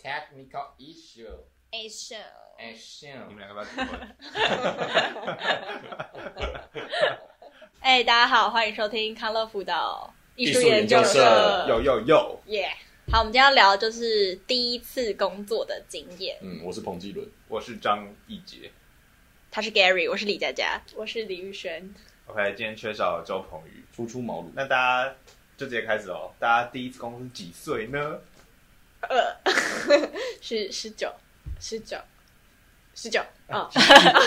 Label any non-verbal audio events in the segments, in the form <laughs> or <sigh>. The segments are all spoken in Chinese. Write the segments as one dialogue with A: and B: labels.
A: technical issue
B: 哎手，
A: and soon
C: 你们两个不要结
B: <laughs>
C: 婚。
B: 哎，大家好，欢迎收听康乐辅导艺
C: 术
B: 研
C: 研究
B: 社，
C: 有有有，
B: 耶。好，我们今天要聊就是第一次工作的经验。
D: 嗯，我是彭基伦，
C: 我是张义杰。
B: 他是 Gary，我是李佳佳，我是李玉轩。
C: OK，今天缺少周鹏宇，
D: 初出茅庐。
C: 那大家就直接开始哦。大家第一次工作是几岁呢？
E: 是十九，十九，十九，嗯，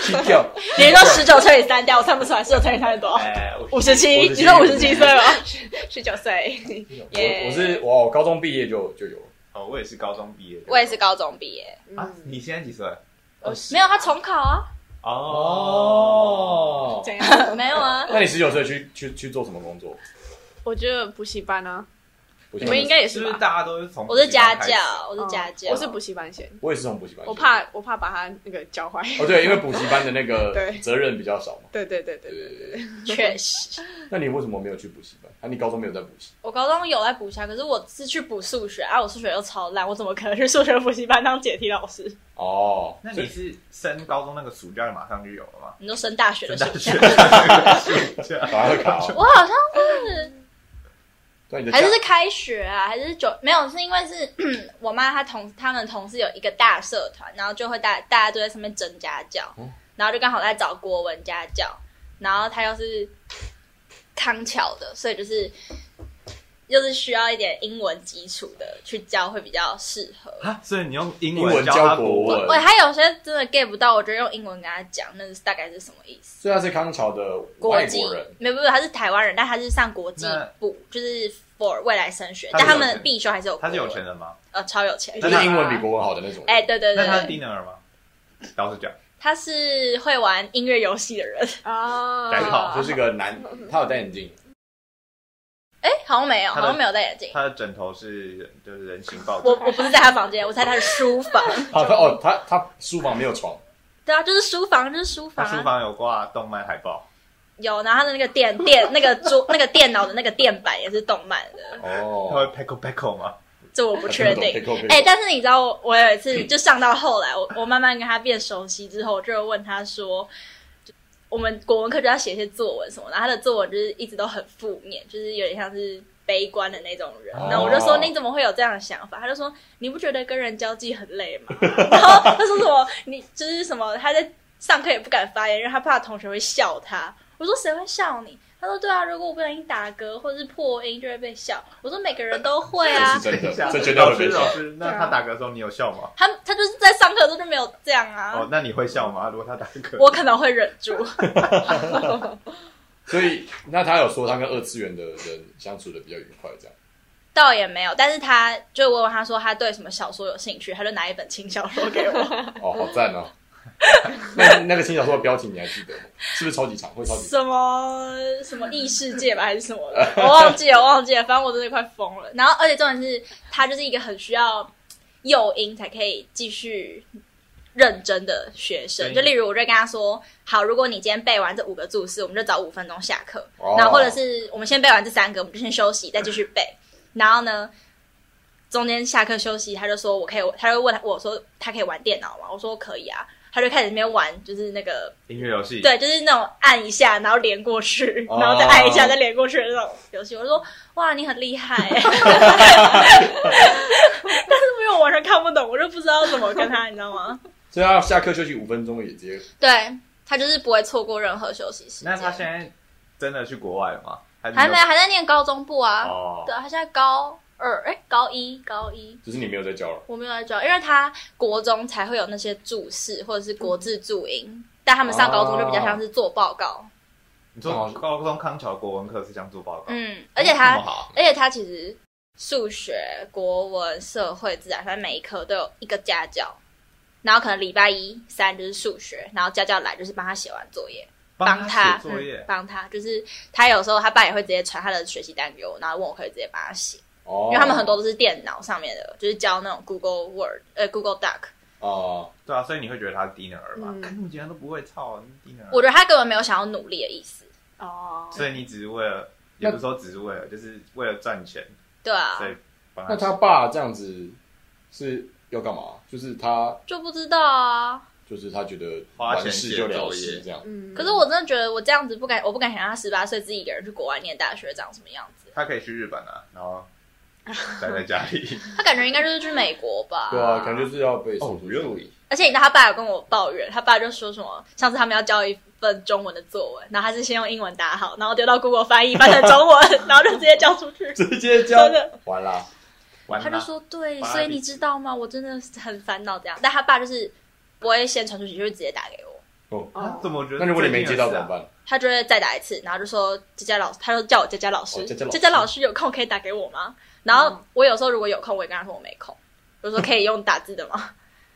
C: 七九，
B: 你说十九乘以三掉，我算不出来，十九乘以哦三是多少？
C: 哎，我
B: 五十七。
D: 57
B: 你说五十七岁吗？
E: 十九岁，
B: <laughs> 耶
D: 我我是我高中毕业就就有了，
C: 哦，我也是高中毕业的。
B: 我也是嗯高中毕业，
C: 啊，你现在几岁？
E: 我是
B: 没有他重考啊，
C: 哦，
E: 怎
B: <laughs>
E: 样？
B: 没有啊。
D: 那你十九岁去去去做什么工作？
E: <laughs> 我觉得补习班啊，
D: 我
E: 你
D: 现在
E: 们应该也
C: 是
E: 是
C: 不是
E: 吧？
C: 大家都是从
B: 我是家
C: 补习班开始
B: 教，我是家教，
E: 哦我是补习班先，
D: 我也是从补习班去，
E: 我怕我怕把他那个教坏。
D: 哦，对，因为补习班的
B: <laughs>
D: 那个
E: 对
D: 责任比较少嘛。
E: 对对对对对，
D: 对，
B: 确实，
D: 那你为什么没有去补习班？啊，你高中没有在补习？
B: 我高中有在补习啊，可是我是去补数学啊，我数学又超烂，我怎么可能去数学补习班当解题老师？
D: 哦，
C: 那
D: 所
C: 你
D: 以
C: 是升高中那个暑假马上就有了吗？
B: <laughs> 你都升大学的
C: 大
B: 暑
C: 学
B: 假， <laughs>
D: 反而会考哦，
B: 我好像
D: 对你的
B: 还
D: 家
B: 是是开学啊，还是九没有，是因为是 <clears throat> 我妈她同她们同事有一个大社团，然后就会大大家都在上面争家教，
D: 哦
B: 然后就刚好在找国文家教，然后她又是康桥的，所以就是就是需要一点英文基础的去教会比较适合。
C: <laughs> 啊，所以你用英
D: 英文
C: 教
D: 教
C: 他
D: 国
C: 国
D: 文
B: 我还有些真的 get 不到，我就用英文跟她讲，那是大概是什么意思？
D: 虽然是康桥的
B: 国
D: 外
B: 际
D: 国人，
B: 没有没有，他是台湾人，但他是上国际
C: 那
B: 部，就是 for 未来升学，
C: 他是
B: 但他
C: 有
B: 们
C: 钱
B: 必修还是有
C: 他是有
B: 国文
C: 钱人吗？
B: 呃，超有钱
D: 就。是英文比国文好的那种人。
B: 哎、对对
C: 那
B: 对
C: 他是
B: 对，
C: 低能儿吗？老实讲，
B: 他是会玩音乐游戏的人。
E: 啊，
C: 改
B: <laughs>
C: 考
D: 就是个男，他有戴眼镜，
B: 哎、好像没有，好
C: 他的
B: 像没有戴眼镜。
C: 他的枕头是就是人形抱
B: 我
C: 枕，
B: 我不是在他房间，我在他的书房。
D: 好，他哦，他他书房没有床，
B: 对啊，就是书房，就是书
C: 他
B: 房、
C: 书
B: 啊。
C: 房有挂动漫海报。
B: 有，然后他的那个电电那个桌那个电脑的那个电板也是动漫的，
C: 他会
D: 哦，
C: peckle peckle 吗？
B: 这我不
C: <laughs>
B: 确定。哎、
D: 哎
B: 但是你知道我，我有一次就上到后来，我我慢慢跟他变熟悉之后，我就问他说，我们国文课就要写一些作文什么，然后他的作文就是一直都很负面，就是有点像是悲观的那种人。
D: 哦
B: 然后我就说你怎么会有这样的想法？他就说你不觉得跟人交际很累吗？ <laughs> 然后他说什么你就是什么他在上课也不敢发言，因为他怕同学会笑他。我说谁会笑你？他说对啊，如果我不小心打嗝或者是破音就会被笑。我说每个人都会啊
D: 这，是真
C: 等一 <laughs> 下
D: 的，这绝对
C: 老
D: 会
C: 师
D: 被
C: 老
D: 笑。
C: 师，那他打嗝的时候你有笑吗？
B: 他他就是在上课的时候就没有这样啊。
C: 哦，那你会笑吗？如果他打嗝，
B: 我可能会忍住。 <laughs>
D: 所以那他有说他跟二次元的人相处的比较愉快，这样。
B: 倒也没有，但是他就我问他说他对什么小说有兴趣，他就拿一本轻小说给我，
D: 哦，好赞哦。那那个新小说的标题你还记得吗？是不是超级长？会超级
B: <laughs>
D: 长？
B: 什么什么异世界吧，还是什么的，我忘记了，我忘记了，反正我真的快疯了。然后，而且重点是他就是一个很需要诱因才可以继续认真的学生。
C: 对
B: 就例如，我就跟他说，好，如果你今天背完这五个注释，我们就早五分钟下课。 <laughs>
D: 哦
B: 然后或者是我们先背完这三个，我们就先休息，再继续背。然后呢，中间下课休息，他就说我可以，他就问我说他可以玩电脑吗？我说可以啊。他就开始那边玩，就是那个
C: 音乐游戏，
B: 对，就是那种按一下，然后连过去，
D: 嗯哦
B: 然后再按一下，再连过去的那种游戏。我就说哇，你很厉害、欸
D: <laughs>
B: 但是因为我完全看不懂，我就不知道怎么跟他，你知道吗？
D: 所以他下课休息五分钟也直接
B: 对他就是不会错过任何休息时间。
C: 那他现在真的去国外了吗？还是
B: 还没还在念高中部啊？
C: 哦
B: 对，，他现在高二，哎、高一，高一，
D: 就是你没有在教了。
B: 我没有在教，因为他国中才会有那些注释或者是国字注音，
C: 嗯
B: 但他们上高中就比
C: 哦
B: 较像是做报告，
C: 你说高中康桥国文课是这样做报告，
B: 嗯，而且他
C: 哦这么好
B: 而且他其实数学、国文、社会、自然，反正每一科都有一个家教，然后可能礼拜一、三就是数学，然后家教来就是帮他写完作业，帮
C: 他写
B: 嗯
C: 作业，
B: 帮他就是他有时候他爸也会直接传他的学习单给我，然后问我可以直接帮他写，
D: 哦，
B: 因为他们很多都是电脑上面的，就是教那种 Google Word 呃 Google Doc，
D: 哦，
C: 对啊，所以你会觉得他是低能儿吧？
E: 嗯
C: 看你竟然都不会操，啊你低能儿。
B: 我觉得他根本没有想要努力的意思，
E: 哦，
C: 所以你只是为了，也不是说只是为了，就是为了赚钱，
B: 对啊
C: 所，以帮
D: 那
C: 他
D: 他爸这样子是要干嘛？就是他
B: 就不知道啊。
D: 就是他觉得
C: 花钱
D: 完事
C: 写
D: 就了
C: 作业
D: 事这样。
E: 嗯，
B: 可是我真的觉得我这样子不敢，我不敢想象他十八岁自己一个人去国外念大学长什么样子。
C: 他可以去日本啊，然后待在家里。
B: 他感觉应该就是去美国吧？
D: 对啊，感觉就是要被
C: 哦
D: 送出去。
B: 而且你知道他爸有跟我抱怨，他爸就说什么上次他们要交一份中文的作文，然后他是先用英文打好，然后丢到 Google 翻译翻成中
D: <laughs>
B: 文，然后就直接交出去。
D: 直接交
B: 真的，
D: 完啦，
C: 完
B: 他
C: 了
B: 就，说对，
C: 把他
B: 所以
C: 逼
B: 你知道吗？我真的很烦恼这样。但他爸就是不会先传出去，就会直接打给我，
C: 啊
E: 哦
C: 怎么觉得？
D: 哦那如果你没接到怎么？办？
B: 他就会再打一次，然后就说佳佳老师，他就叫我佳佳老师，
D: 哦佳佳老师
B: 老师有空可以打给我吗？然后我有时候如果有空，我也跟他说我没空，我就说可以用打字的吗？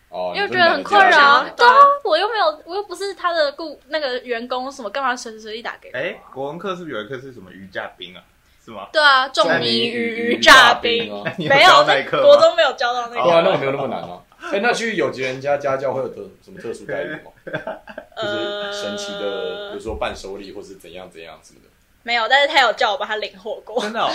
D: 哦，
B: 因为
D: 你
B: 觉
D: 真
B: 得
D: 的
B: 很
D: 没
B: 困
D: 接
B: 扰
D: 到
B: 啊对
E: 对啊，
B: 啊，我又没有，我又不是他的雇那个员工，什么干嘛随时随地打给我、啊？
C: 哎、国文课是不是有一课是什么瑜伽兵啊？是吗？
B: 对啊，仲
D: 仲
B: 尼
D: 尼
B: 与
D: 与
B: 鱼
D: 鱼
B: 炸
D: 炸
B: 兵
D: 兵，哦
B: <laughs>
C: 那你
B: 没
C: 教
B: 有，
C: 那
B: 在
C: 一课
B: 国
C: 吗？
B: 中没有教到那
D: 对啊，
B: 个，
D: 那个没有那么难啊。哎，那去有钱人家家教会有特什么特殊待遇
B: <laughs>
D: 吗？就是神奇的，比
B: 呃
D: 如说伴手礼或是怎样怎样什么的。
B: 没有，但是他有叫我帮他领货过，
C: 真的、哦，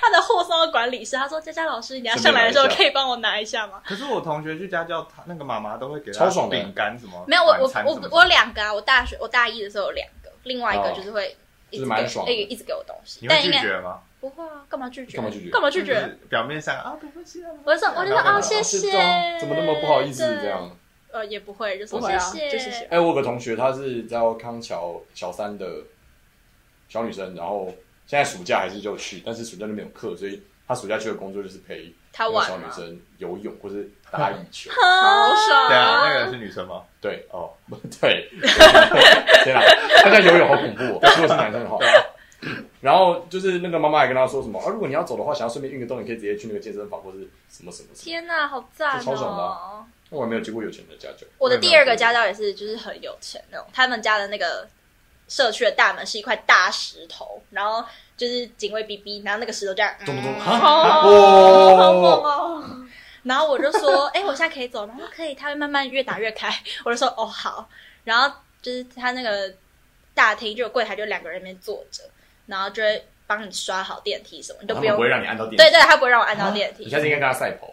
B: 他的货送到管理室，他说：“佳佳老师，你要上来的时候
D: 顺便拿一下
B: 可以帮我拿一下吗
C: 可是我同学去家教，他那个妈妈都会给他
D: 超爽的
C: 饼干什么？”
B: 没有，我我
C: 哦晚餐什
B: 我
C: 么的
B: 我有两个啊，我大学我大一的时候有两个，另外一个就是会一直
D: 就是
B: 给
D: 蛮爽的
B: 一一直给我东西，
C: 你会
B: 但应
C: 拒
B: 该
C: 绝吗？
B: 不会啊，干嘛拒绝？
D: 干嘛拒绝哎
B: 干嘛拒
C: 就
B: 绝？
C: 是表面上啊，没关系啊。
B: 我就说，我就说 <laughs>
C: 然后
B: 哦，
C: 呢
B: 谢谢
D: 是这样，怎么那么不好意思
B: 对
D: 这样？
B: 呃，也不会，就说
E: 不会啊
B: 谢
E: 就谢谢
D: 哎、我有个同学，她是在康桥小三的小女生，然后现在暑假还是就去，但是暑假就没有课，所以她暑假去的工作就是陪
B: 他啊
D: 那个
B: 玩
D: 小女生游泳或是打羽球。
E: 好爽
C: 对啊，那个是女生吗？
D: 对
C: 哦，
D: <laughs> 对，天啊，她在游泳好恐怖哦！如果是男生的
C: <laughs>
D: 话。然后就是那个妈妈还跟她说什么啊，如果你要走的话，想要顺便运个动，你可以直接去那个健身房或是什么什么什么。
B: 天哪，好赞
D: 这超爽的
B: 哦
D: 啊！我还没有接过有钱人的家教，
B: 我的第二个家教也是，就是很有钱那种，他们家的那个社区的大门是一块大石头，然后就是警卫逼逼，然后那个石头这样，
D: 咚咚咚，
B: 嗯
D: 哈
B: 好
D: 哦
B: 好猛哦！然后我就说，哎、我现在可以走吗？他说可以，他会慢慢越打越开。我就说，哦，好。然后就是他那个大厅就有柜台，就两个人在那边坐着，然后就会帮你刷好电梯什么，你就
D: 他
B: 不
D: 们
B: 用
D: 啊不。会让你按到电
B: 对对，他不会让我按到电
D: 你
B: 梯
D: 下，次应该跟他赛跑。哦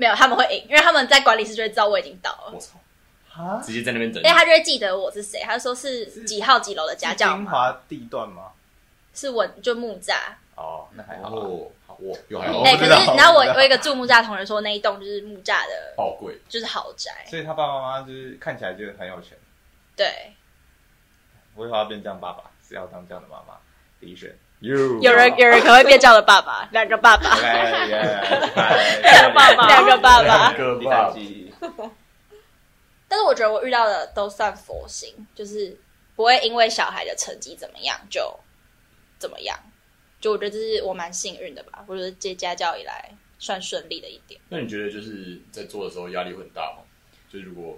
B: 没有，他们会赢，因为他们在管理室就会知道我已经到了。
D: 我操，
C: 啊，
D: 直接在那边等
B: 哎，他就会记得我是谁，他就说是几号几楼的家教
C: 精
B: 嘛，
C: 华地段吗？
B: 是我就木栅。
C: 哦，那还好啊。
D: 哦，好我有还好
C: 我
B: 哎、
C: 不
B: 可
C: 知
B: 是
C: 道
B: 然后我
C: 我不知道
B: 我有一个住木栅同学说那一栋就是木栅的，
D: 宝贵。
B: 就是豪宅，
C: 所以他爸爸妈妈就是看起来就是很有钱，
B: 对，
C: 我以后要变这样爸爸，是要当这样的妈妈。第一选，
B: 有人有人可能会变叫了爸爸，两个爸爸，
C: 来
B: 两个爸爸，两个爸爸
D: 两。
C: 第三集，
B: <laughs> 但是我觉得我遇到的都算佛心，就是不会因为小孩的成绩怎么样就怎么样，就我觉得这是我蛮幸运的吧，我觉得接家教以来算顺利的一点。
D: 那你觉得就是在做的时候压力会很大吗？就是如果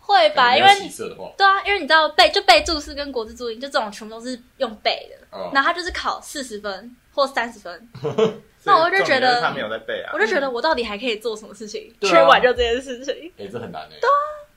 B: 会吧，因为你
D: 起色的话，
B: 对啊，因为你知道背就背注释跟国字注音，就这种全部都是用背的。
C: 哦
D: 嗯
B: 然后他就是考四十分或三十分，
C: 所以
B: 那我就觉得
C: 重点是他没有在背啊
B: 我。就觉得我到底还可以做什么事情、
D: 对啊
B: 去挽救这件事情。
D: 哎、这很难哎、
B: 啊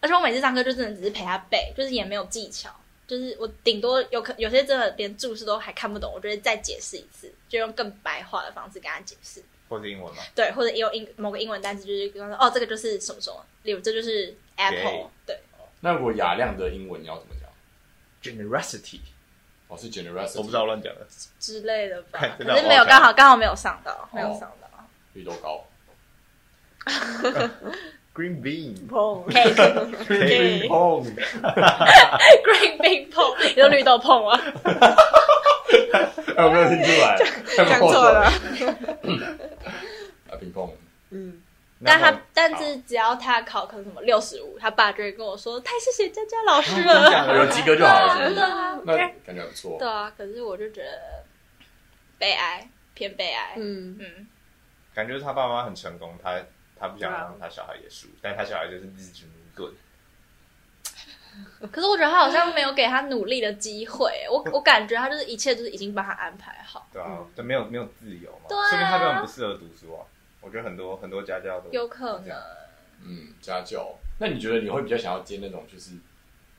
B: 而且我每次上课就真的只是陪他背，就是也没有技巧，就是我顶多有可有些真的连注释都还看不懂，我就会再解释一次，就用更白话的方式跟他解释。
C: 或是英文吗？
B: 对，或者用英某个英文单词，就是跟他说哦，这个就是什么什么，例如这就是 apple，
C: Gay
B: 对，
D: 那如果雅量的英文你要怎么讲？
C: generosity，
D: 哦，是 generous，
C: 我不知道乱讲的。。
B: 之类的吧
C: 真的
B: 可是
C: 好
B: 没有
C: 好看
B: 刚
C: 哦
B: 好刚好没有上到，没有上到。
D: 绿豆糕，
C: Green bean，
E: 砰！
B: 可以
C: 对
B: Green
D: 哦，
B: Green Bean 碰，你说绿豆碰啊？
D: 哎，我没有听出
B: <laughs>
D: 来，
E: 讲错了，
D: 啊，冰碰，
E: 嗯，
B: 但
C: 那
B: 他但是只要他考可能什么六十五，他爸就会跟我说太谢谢佳佳老师
C: 我
B: 了。
C: 讲
D: 有
C: 了
D: 及格就好了，
B: 对
D: 是不是？
B: 啊，
D: 那感觉还不错
B: 对。啊，可是我就觉得悲哀，偏悲哀。
E: 嗯，
B: 嗯，
C: <laughs> 感觉他爸妈很成功，他他不想让他小孩也输，但他小孩就是一直努力。
B: 可是我觉得他好像没有给他努力的机会，我我感觉他就是一切就是已经帮他安排好，
C: 对啊
E: 嗯，
C: 就没有没有自由嘛，
B: 对啊
C: 说明他根本不适合读书啊。我觉得很多很多家教都
B: 有可能。
D: 嗯，家教。那你觉得你会比较想要接那种就是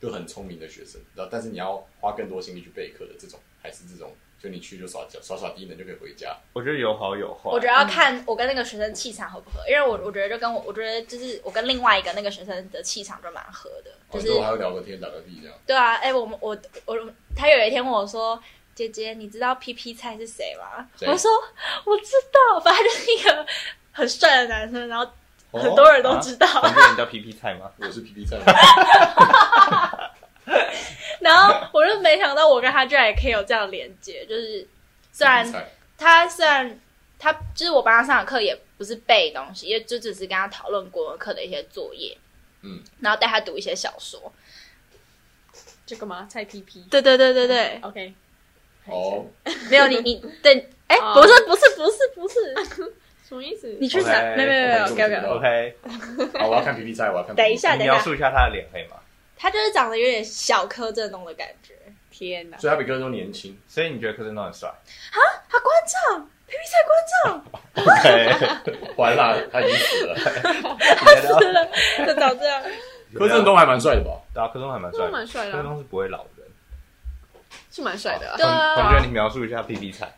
D: 就很聪明的学生，然后但是你要花更多心力去备课的这种，还是这种就就你去就耍耍耍低能就可以回家。
C: 我觉得有好有坏。
B: 我觉得要看我跟那个学生气场合不合，因为我我觉得就跟我我觉得就是我跟另外一个那个学生的气场就蛮合的，
D: 哦
B: 就
D: 你
B: 是
D: 说我还会聊个天打个屁这样。
B: 对啊，哎、我们我我他有一天问我说：“姐姐，你知道 PP 菜是谁吗？”
D: 谁
B: 我说：“我知道，反正就是一个很帅的男生，然后
D: 哦
B: 很多人都知
D: <laughs>
B: 道。
C: 很啊多人叫皮皮菜吗？
D: 我是 P
B: <laughs>
D: P 站，
B: 然后我就没想到我跟他居然也可以有这样的连接，就是虽然他虽然他就是我帮他上的课也不是背东西，也就只是跟他讨论国文课的一些作业，
D: 嗯，
B: 然后带他读一些小说。
E: 这个吗？蔡 P P。
B: 对对对对对，
E: OK。
B: <laughs>
D: 哦，
B: 没有你你对，哎、
E: 哦
B: 不是不是不是不是，
E: 什么意思？
B: 啊你去想，
C: OK，
B: 没有没有没有，
D: <laughs> OK，
B: 啊不要不要。
C: OK，
D: 好，我要看 P P 菜，我要看 PPT。
B: 等一下，
C: 你
B: 等一
C: 描
B: 下，
C: 述一下他的脸可以吗？
B: 他就是长得有点小柯震东的感觉。
E: 天哪！
D: 所以他比柯震东年轻，
C: 所以你觉得柯震东很帅
B: 他观众，P P 在观众，
C: ？OK，
D: <laughs> 完了，他已经死
C: <laughs>
D: 了。<laughs>
C: 你觉得
B: <laughs> 真的就长
C: <laughs>
B: 这样。
D: 柯震，东还蛮帅的吧？
C: 对啊，柯震东还蛮帅
E: 柯震东蛮帅的
C: 的，
E: 啊
C: 柯震东是不会老的人。
E: 是蛮帅的啊。
B: 对啊
C: 我觉得你描述一下皮皮菜，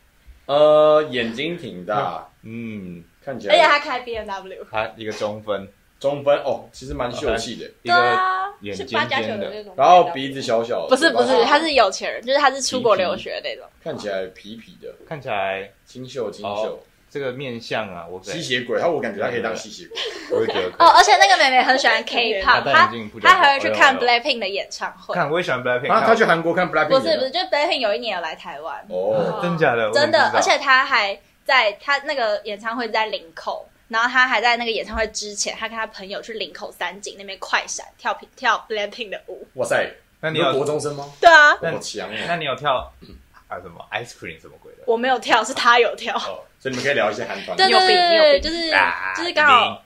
D: 呃，眼睛挺大，
C: 嗯，
D: 看起
B: 而且
D: 来
B: 他开 B N W，
C: 他一个中分，
D: 中分哦，其实蛮秀气的。
C: 一
B: 对
C: 个
B: 啊，
C: 眼
B: 是
C: 尖
B: 八加九
C: 尖的
B: 的那种。啊
D: 然后鼻子小小
B: 不
D: 的，
B: 是不
D: 嘴
B: 是，
D: 巴
B: 他是有钱人，就是他是出国留学那种。
D: 看起来痞痞的，
C: 看起来
D: 清秀清秀
C: 哦，这个面相啊，我
D: 吸
C: 给
D: 血鬼。他我感觉他可以当吸血鬼。
C: 我会觉得可
B: 哦，
C: 以。
B: 而且那个妹妹很喜欢
C: <laughs>
B: K-pop，
C: 戴眼
B: 她
C: 镜不久
B: 她还会去看
C: 哎呦哎
B: Blackpink 的演唱
C: 呦
B: 会。
C: 看我也喜欢 Blackpink，
D: 啊，
C: 看
D: 他去韩国看 Blackpink
B: 不是不是，
D: 的
B: 就 Blackpink 有一年有来台湾，
D: 哦，
C: 真假的，我
B: 真
C: 怎
B: 的
C: 么知，道
B: 而且她还在她那个演唱会在林口。然后她还在那个演唱会之前，她跟她朋友去林口三井那边快闪跳跳 Blackpink 的舞。
D: 哇塞，
C: 那你
D: 你是国
C: 有
D: 中生吗？
B: 对啊，
C: 那
D: 好强哦！
C: 那你有跳啊什么 ice cream 什么鬼的？
B: 我没有跳，是她有跳。
D: 哦，所以你们可以聊一些韩团。
B: 对对
E: 有病
B: 对对，
E: 有病
B: 就是
C: 啊
B: 就是刚好，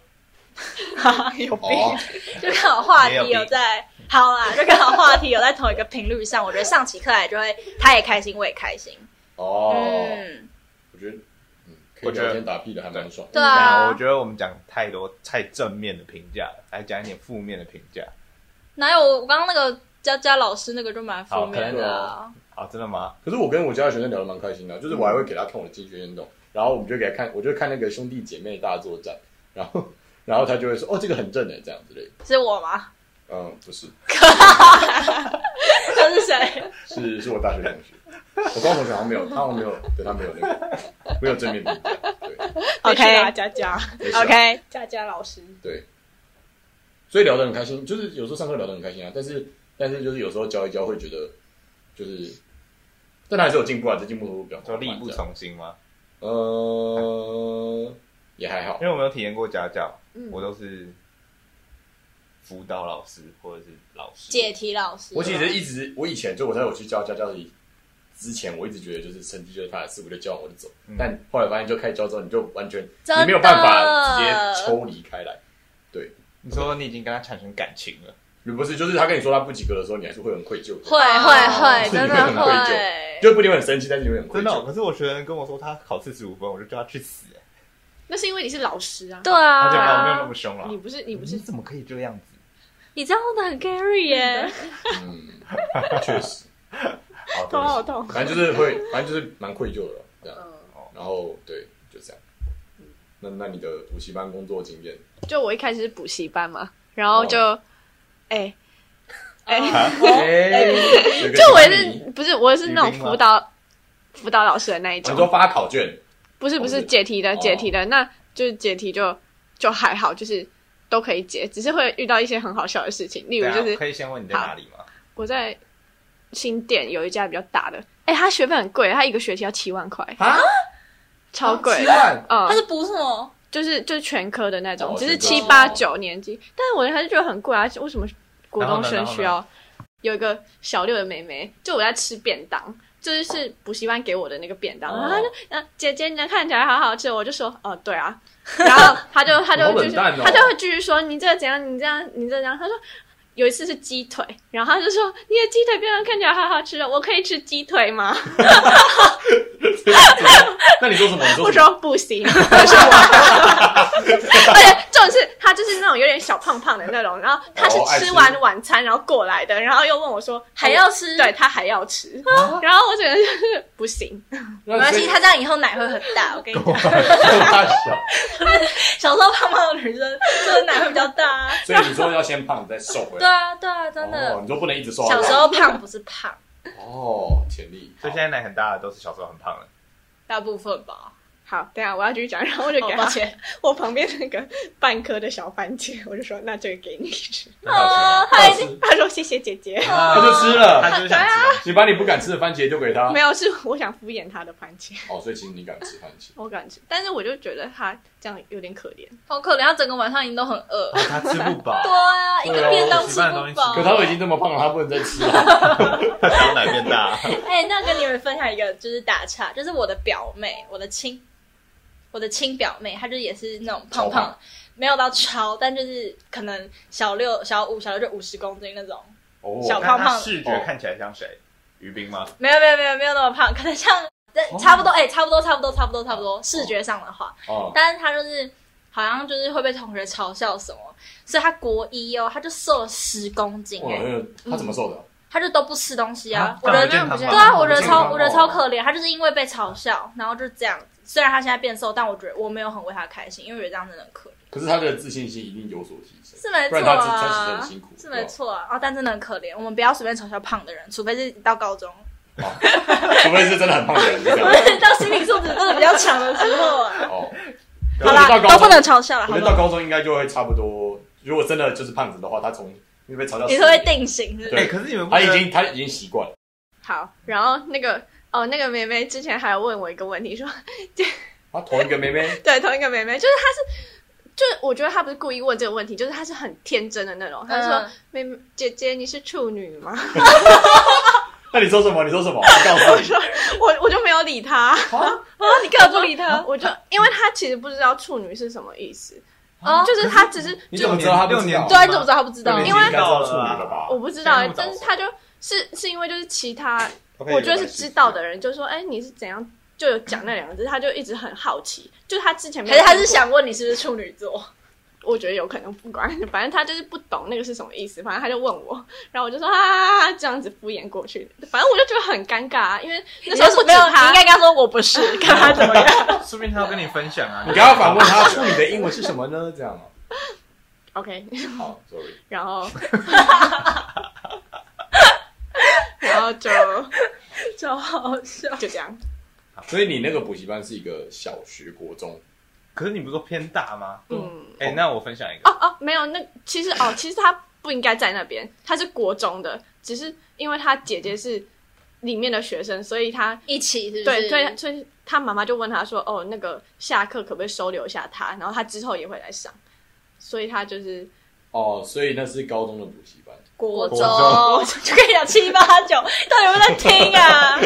B: <laughs>
E: 有病
D: 哦，
B: 就刚好话题
C: 也有病
B: 有在，好啦，就刚好话题有在同一个频率上。我觉得上起课来就会，她也开心，我也开心。
D: 哦，
B: 嗯，
D: 我觉得，嗯，可以
C: 我觉得
D: 聊天打屁的还蛮爽。
B: 对
C: 啊，
B: 啊
C: 我，觉得我们讲太多太正面的评价了，来讲一点负面的评价。
B: 哪有我刚刚那个佳佳老师那个就蛮负面的啊。
C: 啊，真的吗？
D: 可是我跟我家的学生聊得蛮开心的，啊就是我还会给他看我的竞学运动，然后我们就给他看，我就看那个兄弟姐妹大作战，然后 <laughs> 然后他就会说哦这个很正的这样之类的。
B: 是我吗？ <laughs>
D: 嗯，不是，
B: 他是谁？
D: 是 <laughs> 是我大学同学，我高中同学好像没有，他好像没有，对他没有那 <laughs> 个没有正面评价，对
E: 回去
B: OK
E: 啊佳佳，
D: 没事啊
B: OK，
E: 佳佳老师，
D: 对，所以聊得很开心，就是有时候上课聊得很开心啊，但是但是就是有时候教一教会觉得就是，但他还是有进步啊，这进步都比较
C: 说力不从心吗？
D: 呃，也还好
C: <laughs> 因，为我没有体验过家教，
E: 嗯
C: 我都是辅导老师或者是老师。
B: 解题老师。
D: 我其实一直，我以前就我在我去教家教的之前，我一直觉得就是成绩就是他的事，我就教完我就走。
C: 嗯
D: 但后来发现，就开始教之后，你就完全
B: 真的
D: 你没有办法直接抽离开来。
C: 你说你已经跟他产生感情了，
D: 你不是，就是他跟你说他不及格的时候，你还是会很愧疚，
B: 会
E: 哦
B: 会会，真的
D: 很愧
B: 会。
D: 就不一定会很生气，但是你会很愧
C: 真的哦、
D: 疚。
C: 可是我学生跟我说他考四十五分，我就叫他去死、哎
E: 那是因为你是老师啊。
B: 对
C: 他就没有没有那
B: 啊，
C: 么凶了。
E: 你不是你不是
C: 你怎么可以这样子？
B: 你这样真的很 carry 耶。
D: 嗯， <laughs> 确实，
C: 好
E: 头好痛。
D: 反正就是会，反正就是蛮愧疚的啦，这样。
E: 嗯，
D: 然后对，就这样。那那你的补习班工作经验，
E: 就我一开始是补习班嘛，然后就， <laughs> 哎、哎、
D: 哎，
E: 就我
D: 是
E: 是不是我是那种
C: 语音吗
E: 辅导辅导老师的那一
D: 你
E: 种
D: 说，发考卷，
E: 不是不
D: 哦
E: 是
D: 是
E: 解题的
D: 哦
E: 解题的，那就是解题就就还好，就是都可以解，只是会遇到一些很好笑的事情，例如
C: 对啊
E: 就是
C: 可以先问你在哪里吗？
E: 我在新店有一家比较大的，哎、他学费很贵，他一个学期要七万块
D: 啊，
E: 超贵，
D: 七万
E: 嗯
B: 他，是补什么？
E: 就是就是全科的那种，
D: 哦
E: 只是
D: 全
E: 七
B: 科
E: 八九年级，但是我还是觉得很贵啊，为什么国中生需
C: 然后
E: 要有一个小六的妹妹？就我在吃便当，就是是补习班给我的那个便当，
D: 哦
E: 然后她就嗯、姐姐，你的看起来好好吃，我就说哦、对啊，然后她就
D: 好
E: 她就
D: 冷
E: 继续，
D: 淡哦
E: 她就会继续说你这个怎样，你这样，你这样，她说。有一次是鸡腿，然后她就说：“你的鸡腿便当看起来好好吃哦，我可以吃鸡腿吗？”
D: 那你说什么？你
E: 我
D: 说什么？
E: 说不 <laughs> 行，是我。而且重点是他就是那种有点小胖胖的那种，然后他是
D: 哦爱吃
E: 吃完晚餐然后过来的，然后又问我说
B: 还要吃？
E: 对，他还要吃，然后我觉得就是不行，
D: 没
B: 没关系，他这样以后奶会很大。我跟你
D: 哦
B: 讲，
D: 大小。
B: 小时候胖胖的女生，真的奶会比较大啊。
D: 所以你说要先胖再瘦回
B: 对
D: 来。
B: 啊，对啊，真
D: 哦，
B: 的。
D: 你说不能一直瘦到
B: 小
D: 老。
B: 时候胖不是胖，
D: 哦，潜力。
C: 所以现在奶很大的都是小时候很胖的。
B: 大部分吧。
E: 好，等一下我要继续讲，然后我就给
B: 好
E: 他
B: 吧
E: 我旁边那个半颗的小番茄，我就说那这个给你 <laughs> 吃，
C: 很好吃吗
B: 哦，他已经
D: 吃，
E: 他说谢谢姐姐，
D: 他
A: 啊
D: 就吃了。
C: 他就是想
D: <laughs>
C: 吃。
D: 你把你不敢吃的番茄丢给他
E: 没。有，是我想敷衍他的番茄，
D: 哦，所以其实你敢吃番茄。
E: 我敢吃，但是我就觉得他这样有点可怜，
B: 好可怜，他整个晚上已经都很饿。
C: 哦他吃不饱，
B: 对啊，一
D: 对
B: 个
D: 啊
B: 便当
C: 我
B: 吃
C: 喜欢的东西
B: 不饱
D: 可。他都已经这么胖了，他不能再吃
C: <laughs>
D: 了。
C: 他想要奶变大。
B: 哎、那跟你们分享一个，就是打岔，就是我的表妹，我的亲，我的亲表妹，她就也是那种胖
D: 超
B: 胖的，没有到超，但就是可能小六、小五、小六就五十公斤那种，
D: 哦，
B: 小胖
C: 那
B: 胖的
C: 他视觉看起来像谁？于斌吗？
B: 没有没有没有没有那么胖，可能像但差不多，哎、差不多差不多差不多差不多，视觉上的话，
D: 哦，
B: 但是她就是好像就是会被同学嘲笑什么，所以她国一哦，她就瘦了十公斤、
D: 哇
B: 哎、
D: 哦他怎么瘦的？
B: 她就都不吃东西啊
C: 啊，
B: 我觉得
C: 这样不健康吧
B: 对啊，我觉得
D: 健康
B: 超，
D: 哦
B: 我觉得超可怜，他就是因为被嘲笑，然后就这样子。虽然他现在变瘦，但我觉得我没有很为他开心，因为我觉得这样真的很可怜，
D: 可是他的自信心一定有所提升，
B: 是没
D: 不
B: 错
D: 然他真他其实很
B: 啊，
D: 辛苦。
B: 是没错啊，哦，但真的很可怜。我们不要随便嘲笑胖的人，除非是到高中，
D: 对吧，除非是真的很胖的人。是这
B: 除
D: 样
B: 非是 <laughs> 到心理素质真的比较强的时候
E: <laughs>
B: 啊。
D: 哦，
C: 啊
B: 好啦，都不能嘲笑了，
D: 我
B: 好
D: 觉得到
B: 吗？
D: 高中应该就会差不多。如果真的就是胖子的话，他从因为被嘲笑，
B: <laughs> 你是会定型是不
C: 哎，
B: 是？
D: 对
C: 可是你们不
D: 他已
C: 觉得
D: 经他已经习惯了。
E: 好，然后那个哦，那个妹妹之前还有问我一个问题，说 <laughs>
D: 他啊同一个妹妹，
E: 对，同一个妹妹，就是她是，就是我觉得她不是故意问这个问题，就是她是很天真的那种。她就说：“
B: 嗯
E: 妹妹姐姐，你是处女吗
D: <laughs>
E: <laughs>
D: 那你说什么？你说什么？我告诉你，？”
E: 我我就没有理她， <laughs>
B: 啊你根本不理他，
E: 我就因为她其实不知道处女是什么意思，
B: 哦，
E: 就是她只是
D: 你怎么知道他不
C: 六
D: 知
C: 年
D: 道？
E: 对，啊你怎么知道她不知道？
C: 对
E: 因为
D: 应该知道处女了吧？
E: 我不知道、
C: 羡慕
E: 欸
C: 早，
E: 但是
C: 熟
E: 她就是是因为就是其他，
C: OK，
E: 我觉得是
C: 有关系
E: 知道的人就说：“哎、你是怎样？”就有讲那两个字，她就一直很好奇，就她之前没
B: 可
E: 有
B: 是他
E: 听
B: 是
E: 过
B: 想问你是不是处女座，
E: 我觉得有可能不管，反正他就是不懂那个是什么意思，反正他就问我，然后我就说啊，这样子敷衍过去，反正我就觉得很尴尬啊，因为那时候不
B: 没
E: 止
B: 有，
E: 他，
B: 你应该跟他说我不是， <laughs> 看他怎么样。
C: <laughs> 说不定他要跟你分享啊。
D: 你刚刚反问他处女的英文是什么呢？这样哦
E: OK，
D: 好，sorry，
E: 然后，然后就
B: 超好笑。
E: 就这样，
D: 所以你那个补习班是一个小学、国中，
C: <laughs> 可是你不是说偏大吗？
E: 嗯，
C: 哎，那我分享一个
E: 哦，哦，没有，那其实哦，其实他不应该在那边，他是国中的，只是因为他姐姐是里面的学生，所以他
B: 一起是不是？
E: 对，所以所以他妈妈就问他说：“哦，那个下课可不可以收留一下他？然后他之后也会来上。”所以他就是
D: 哦，所以那是高中的补习班。
B: 国中
C: 国中
B: 就跟你讲七八九，到底有没有在听 <laughs> 啊？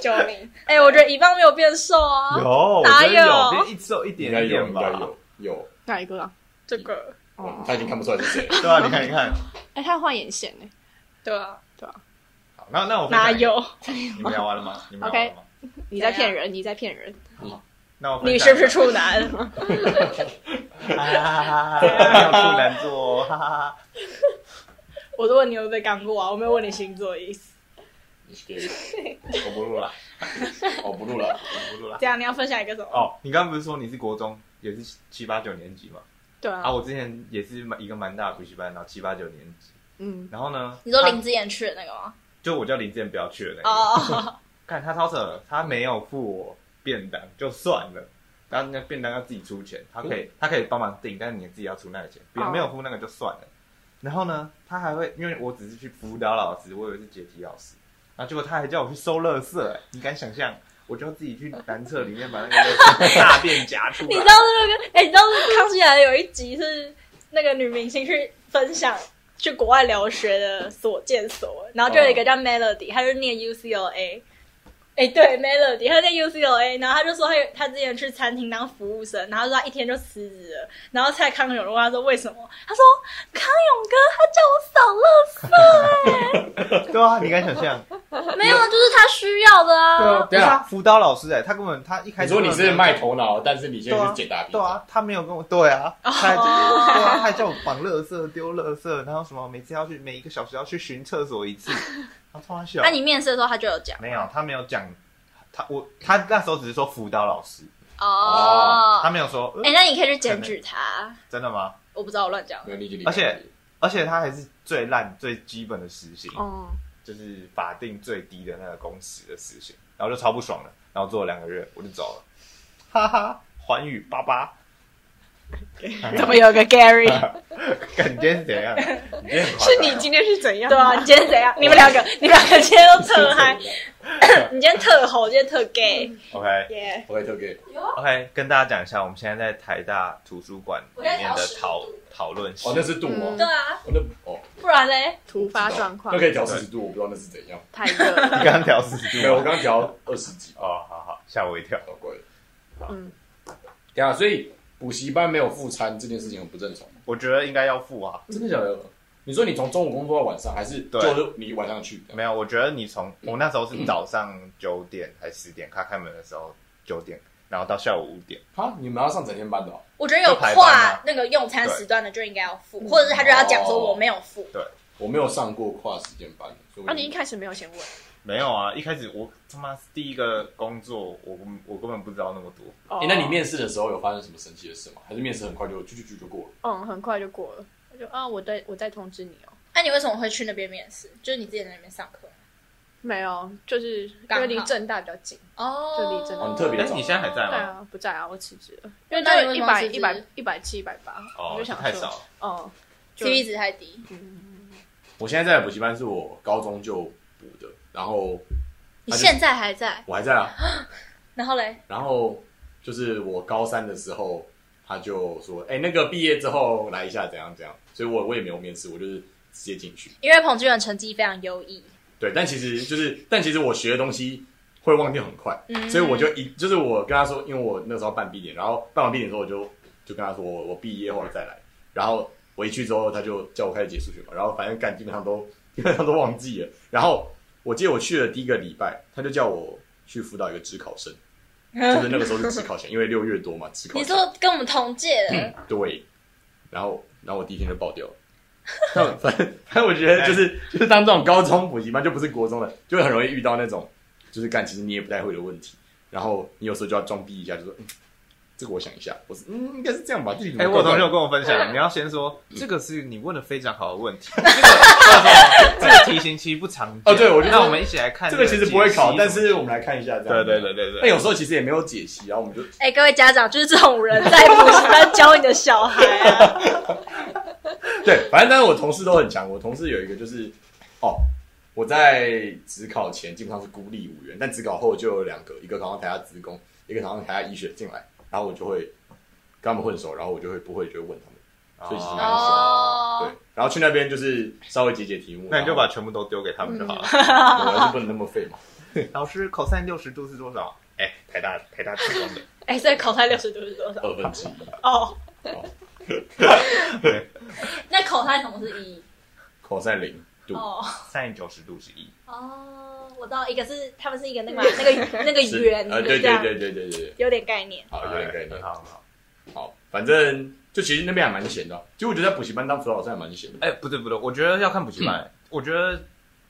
E: 救命！
B: 哎、我觉得一棒没有变瘦啊，
C: 有，我
B: 哪
C: 觉得
B: 有
C: 有，一直有一
D: 应该
C: 点
D: 有，
C: 点
D: 应
C: 吧
D: 该。有，有。
E: 哪一个啊？
B: 这个
D: 哇他已经看不出来是谁了。
C: 对啊，你看，你看。
E: 哎、他换眼线呢？
B: 对啊，
C: 好，那那我分
B: 哪
C: 享一个？
B: 有？
C: 你们聊完了
B: <laughs>
C: 吗？你们聊完了吗？
E: 你
B: 啊
E: 在骗人，你在骗人。
C: 那我分享
B: 你
C: 一个
B: 是不是处男？
C: 哈哈
B: <laughs>
C: 哈哈哈，没有处男座， <laughs> 哈哈哈。
B: 我都问你有没有被干过啊，我没有问你星座的意思。
D: 你是 gay
C: 我不录了，
D: 哦，不录了。
C: 我不录了。
B: 这样你要分享一个什么？
C: 哦，你刚刚不是说你是国中也是七八九年级吗？
E: 对
B: 嗯
E: 啊，
C: 啊，我之前也是一个蛮大的补习班，然后七八九年级，
E: 嗯，
C: 然后呢，
B: 你说
C: 他
B: 林之妍去的那个吗？
C: 就我叫林志远不要去了那个，
B: 哦，
C: 看他超扯，他没有付我便当就算了。然后那便当要自己出钱，他可
D: 嗯
C: 以他可以帮忙订，但是你自己要出那个钱，别人
E: 哦
C: 没有付那个就算了。然后呢，他还会因为我只是去辅导老师，我以为是解题老师，然后结果他还叫我去收垃圾、哎你敢想象？我就要自己去男厕里面把那个垃
D: <laughs>
C: 圾大便夹出来。
B: 你知道那个？哎、你知道康熙来了有一集是那个女明星去分享。去国哦外留学的所见所闻，然后就有一个叫 Melody，她就念 UCLA，哎、对，Melody，他在 UCLA，然后他就说他有他之前去餐厅当服务生，然后说他一天就辞职了。然后蔡康永就问他说为什么？他说康永哥他叫我扫垃圾、 <laughs>
C: 对啊，你敢想象？
B: 哎，没有，就是他需要的啊。
D: <laughs> 对
C: 对
D: 啊
C: 啊，辅导老师哎、他根本他一开
D: 你
C: 始
D: 说你是卖
C: 头，
D: 头脑，但是你先去解答题。
C: 对啊，他没有跟我对啊，他
E: 哦
C: 还对啊，他还叫我绑垃圾、丢垃圾，然后什么每次要去每一个小时要去巡厕所一
E: <laughs>
C: 次，他突然笑
B: 那、。你面试的时候他就有讲
C: 没有，他没有讲，他我他那时候只是说辅导老师，
B: 哦。
C: 他没有说、呃
B: 哎、那你可以去检举他，
C: 真的吗？
B: 我不知道我乱讲
D: 没。有理解理解。
C: 而且而且他还是最烂最基本的实行，
E: 哦，
C: 就是法定最低的那个工时的实行，然后就超不爽了，然后做了两个月我就走了，哈哈，环宇八八，
E: <laughs> 怎
C: <laughs>
E: 么有个 Gary？
C: 感觉是怎样？你今天很夸张
E: 是你今天是怎
B: <laughs>
E: 样？
B: 对啊，你今天怎样？你们两个，你们两个今天都特嗨，你今天特吼，今天特 gay，
C: 嗯 OK
B: 耶！
D: OK OK，
C: OK，跟大家讲一下，我们现在在台大图书馆里面的讨讨论室
D: 哦，那是度哦
E: 嗯
B: 对，啊，
D: 哦那哦，
B: 不然嘞，
E: 突发状况
D: 那可以调四十度，我不知道那是怎样。
E: 太热了，
C: <laughs>
D: <laughs>
C: 你刚刚调四十
D: 没
C: 度
D: 有，我
C: 吗？
D: 刚刚调二十几，
C: 哦，好好，吓我一跳。
D: 好贵。
E: 嗯，
D: 对啊，所以补习班没有副餐这件事情很不正常。
C: 我觉得应该要付啊。
D: 真的假的？你说你从中午工作到晚上，还是
C: 对
D: 就是你晚上去？
C: 没有，我觉得你从我那时候是早上九点还十点，他开门的时候九点，然后到下午五点。
D: 啊，你们要上整天班的哦、
B: 我觉得有
C: 就排班
B: 跨
C: 啊
B: 那个用餐时段的就应该要付，或者是他就要讲说我没有付。
D: 我没有上过跨时间班，所以我
E: 啊，你一开始没有先问，
C: 没有啊，一开始我他妈第一个工作，我根我根本不知道那么多。
E: 哦
D: 诶那你面试的时候有发生什么神奇的事吗？还是面试很快就就就就就过了？
E: 嗯，很快就过了，我就啊，我再我再通知你哦。
B: 那、你为什么会去那边面试？就是你自己在那边上课
E: 没有，就是因
B: 刚好
E: 为离正大比较近。
B: 哦
E: 就离这个
D: 哦你特别
C: 哎，你现在还在
E: 对
C: 吗？
E: 啊，不在啊，我辞职了，因为
B: 那你
E: 就
B: 为
E: 一
B: 什么
E: 百
B: 辞职
E: 一百一百七一百八，
C: 哦
E: 啊我，就想
C: 太
E: 说
C: 少，了。
E: 哦，就
B: CP 值太低。
D: 我现在在的补习班是我高中就补的，然后
B: 你现在还在，
D: 我还在啊，
B: 然后嘞，
D: 然后就是我高三的时候，他就说，哎、那个毕业之后来一下，怎样怎样，所以我我也没有面试，我就是直接进去。
B: 因为彭俊的成绩非常优异，
D: 对，但其实就是，但其实我学的东西会忘掉很快，
B: 嗯
D: 所以我就一就是我跟他说，因为我那时候办毕业，然后办完毕业之后，我就就跟他说我我毕业后再来，然后我一去之后，他就叫我开始解数学嘛，然后反正干基本上都基本上都忘记了，然后我记得我去了第一个礼拜，他就叫我去辅导一个职考生，就是那个时候是职考前，因为六月多嘛，职考
B: 你
D: 前
B: 说跟我们同届的，
D: 对，然后然后我第一天就爆
C: <laughs>
D: 掉了。那反正反正我觉得就是
C: 哎
D: 就是当这种高中补习班就不是国中了，就会很容易遇到那种就是干其实你也不太会的问题，然后你有时候就要装逼一下，就说、嗯、这个我想一下，我是嗯应该是这样吧，这里怎么
C: 哎、我
D: 怪
C: 同学
D: 怪的
C: 有跟我分 <laughs> 享，你要先说这个是你问的非常好的问 <laughs> 题，这个叫做这个题型其实不常见
D: 哦对我就
C: 那我们一起来看
D: 这个其实不会考，
C: 解
D: 但
C: 析
D: 是哎我们来看一下这
C: 对
D: 样。
C: 对对。对对，
D: 但有时候其实也没有解析，然后我们就
B: 哎、各位家长，就是这种人在补习班教你的小孩啊，
D: 对，反正但是我同事都很强。我同事有一个就是，哦，我在职考前基本上是孤立无援，但职考后就有两个，一个考上台大职工，一个考上台大医学进来，然后我就会跟他们混熟，然后我就会不会就会问他们，所以其实蛮爽
B: 哦
D: 对，然后去那边就是稍微解解题目，
C: 那你就
D: 然
C: 把
D: 后
C: 全部都丢给他们就好了。
D: 我还是不能那么废嘛。
C: <laughs> 老师口散六十度是多少？哎、台大台大职工的，
B: 哎、所以考差六十度是多少？
D: 二分之一，
B: 哦
D: 哦，
B: 那考差什么是一？
D: 口塞零度，
B: 哦
C: <laughs> 三九十度是一。
B: 哦，我知道，一个是他们是一个那个嘛那个那个
D: 是
B: 圆，
D: 啊，对
B: 这
D: 对
B: 样
D: 对对对对对，
B: 有点概念。
D: 好，有点概
C: 很
D: 念。
C: 哎好很好。
D: 好，反正就其实那边还蛮闲的，啊其实我觉得在补习班当辅导老师还蛮闲的，
C: 哎、不对不对，我觉得要看补习班、我觉得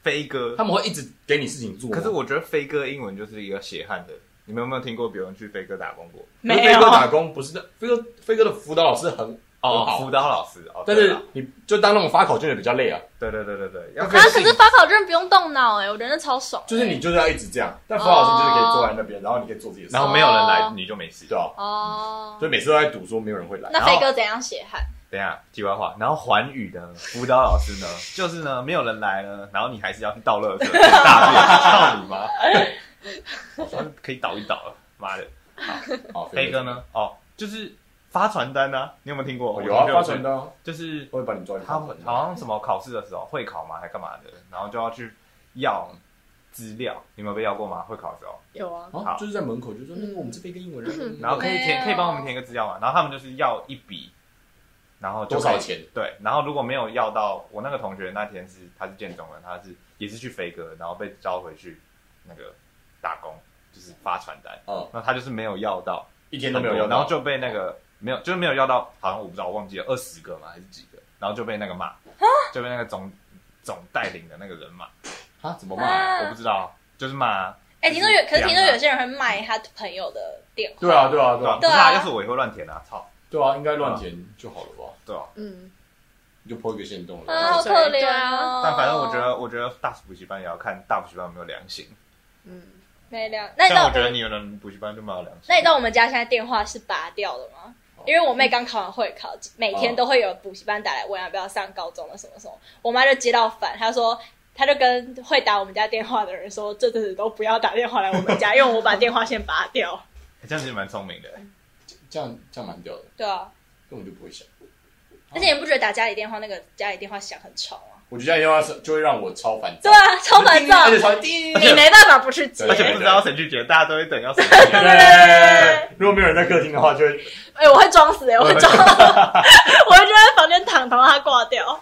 C: 飞哥
D: 嗯他，们会一直给你事情做吗。啊
C: 可是我觉得飞哥英文就是一个血汗的。你们有没有听过别人去飞哥打工过？
B: 没
D: 飞
B: 有
D: 哥打工不是的，飞哥飞哥的辅导老师很很
C: 哦，
D: 好
C: 辅，导老师哦，
D: 但
C: 对
D: 是
C: 啦
D: 你就当那种发考卷的比较累啊，
C: 对对对对对，要
B: 啊，可是发考卷不用动脑哎、我觉得那超爽的。
D: 就是你就是要一直这样，但辅导老师就是可以坐在那边，然后你可以做自己的事，
C: 然后没有人来
B: 哦，
C: 你就没事。
D: 对啊，
B: 哦
D: 所，以每次都在赌说没有人会 <laughs> 来，
B: 那飞哥怎样血汗？
C: 等一下，题外话，然后环宇的辅导老师呢，就是呢，没有人来呢，然后你还是要去倒
B: <laughs>
C: 垃圾、大便，操你妈！我说可以倒一倒了，妈的！
D: 好
C: 飞哥？呢？哦，就是发传单啊，你有没有听过？
D: 哦有啊，
C: 我同学
D: 发传单啊，
C: 就是
D: 我会把你抓去
C: 他
D: 发传
C: 们
D: 单。
C: 好像什么考试的时候会考嘛，还干嘛的，然后就要去要资料，你们有被要过吗？会考的时候，
E: 有啊，
D: 哦，就是在门口就说那个我们这边跟英文人，
C: 然后可以填，
B: 没有
C: 可以帮我们填一个资料嘛？然后他们就是要一笔，然后就
D: 多
C: 可以
D: 少钱？
C: 对，然后如果没有要到，我那个同学那天是他是建中人，他是也是去飞哥，然后被招回去那个打工，就是发传单。
D: 哦，
C: 那他就是没有要到，
D: 一天都没有要到，
C: 然后就被那个没有，就是没有要到，好像我不知道，我忘记了二十个嘛还是几个，然后就被那个骂，
B: 啊
C: 就被那个总总带领的那个人骂，
D: 啊怎么骂？
B: 啊
C: 我不知道，就是骂，
B: 哎，听说有，可是听说
C: 两啊
B: 有些人会卖他朋友的电话，
D: 对啊对啊对
C: 对啊，
D: 啊
C: 不
B: 对
C: 是
B: 啊
C: 啊，要是我也会乱填啊，操，
D: 对啊，应该乱填就好了吧？
C: 对啊，
E: 嗯，
D: 你就破一个限动
B: 啊，
D: 了
B: 好。可怜哦。
C: 但反正我觉得，我觉得大补习班也要看大补习班有没有良心，
E: 嗯，
B: 没聊。那你知
C: 但
B: 道
C: 我觉得你有人补习班就没有良心，
B: 那你知道我们家现在电话是拔掉的吗
D: 哦？
B: 因为我妹刚考完会考，每天都会有补习班打来问要不要上高中的什么什么，我妈就接到烦，她说。她就跟会打我们家电话的人说，这阵子都不要打电话来我们家，因为我把电话线拔掉。
C: 欸这样子也蛮聪明的，
D: 这样这样蛮屌的，
B: <laughs> 对啊，
D: 根本就不会想。
B: 而且你不觉得打家里电话那个家里电话响很吵吗？
D: 我觉得这样的话是就会让我超烦
B: 对，
D: 躁
B: 啊，超烦躁
D: 而。且超叮。
E: 你没办法不去接
D: 对。
C: 而且不知道谁去接，大家都会等要谁去
D: <laughs>
B: 啊
C: 接。
B: 对
D: 如果没有人在客厅的话，就会
B: 哎、我会装死、哎，我会装，我会就在房间躺，躺到他挂掉。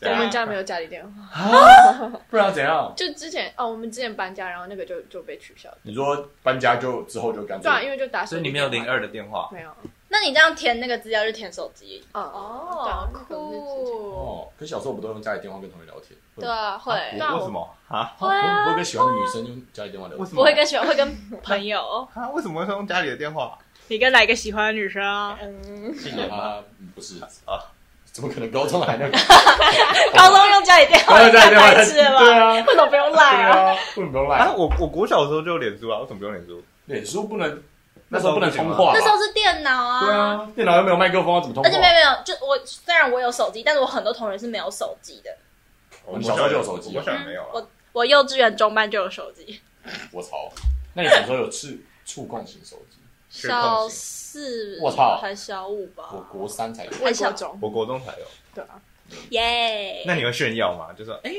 C: 对啊
E: 我们家没有家里电
B: 啊
E: 话，
D: 啊不然要怎样？
E: 就之前哦，我们之前搬家，然后那个就就被取消了。
D: 你说搬家就之后就干脆
E: 对啊，因为就打手
C: 所以
E: 机
C: 你没
E: 电
C: 有
E: 话
C: 零二的电话，
E: 没有，
B: <laughs> 那你这样填那个资料就填手机
E: 嗯，对啊
B: 哦，
E: 那个是之前
D: 哦，可是小时候不都用家里电话跟同学聊天？
B: 对啊，会
C: 我
E: 那我
C: 为什么啊？
B: <laughs>
D: 我我不会跟喜欢的女生用家里电话聊
C: 为
D: 天
C: 什。么？
B: 不会跟喜欢，会跟朋友。
C: 啊？为什么会用家里的电话？
B: 你跟哪一个喜欢的女生啊？
E: 嗯，
C: 姓
D: 啊
C: 严吗？
D: 啊，不是
C: 啊
D: 啊，怎么可能高中还
B: <laughs>
D: 那个？
B: <laughs> 高中用家里电话，
D: 高中家
B: 太
D: 里电话
B: 白痴了
D: 对
B: 吧？
D: 啊，
B: 为什么不用
D: 对
B: 赖啊？
D: 啊，不能不用
C: 啊，
D: 赖。
C: 我我国小的时候就有脸书啊，为什么不用脸书？
D: 脸书不能，
C: 那
D: 那
C: 时
D: 时
C: 候
D: 候
C: 不
D: 不
C: 能
D: 能
C: 通
D: 通
C: 话
D: 话吧？
B: 那时候是电脑啊。
D: 对。啊，电脑又没有麦克风，要怎么通话？
B: 而且没有没有，就我虽然我有手机，但是我很多同学是没有手机的。嗯
D: 我们小时候就有手机
C: 我
D: 啊
C: 国，小没有啊。
B: 我我幼稚园中班就有手机，
D: 我操！那你小时候有触触控型手机？
C: 是碰
B: 小
C: 型
B: 四
D: 我操
B: 还小五
D: 我
B: 吧，
D: 国三才有。
E: 我国中，
C: 我国中才有。
E: 对啊，
B: 耶。
C: 那你会炫耀吗？就说哎，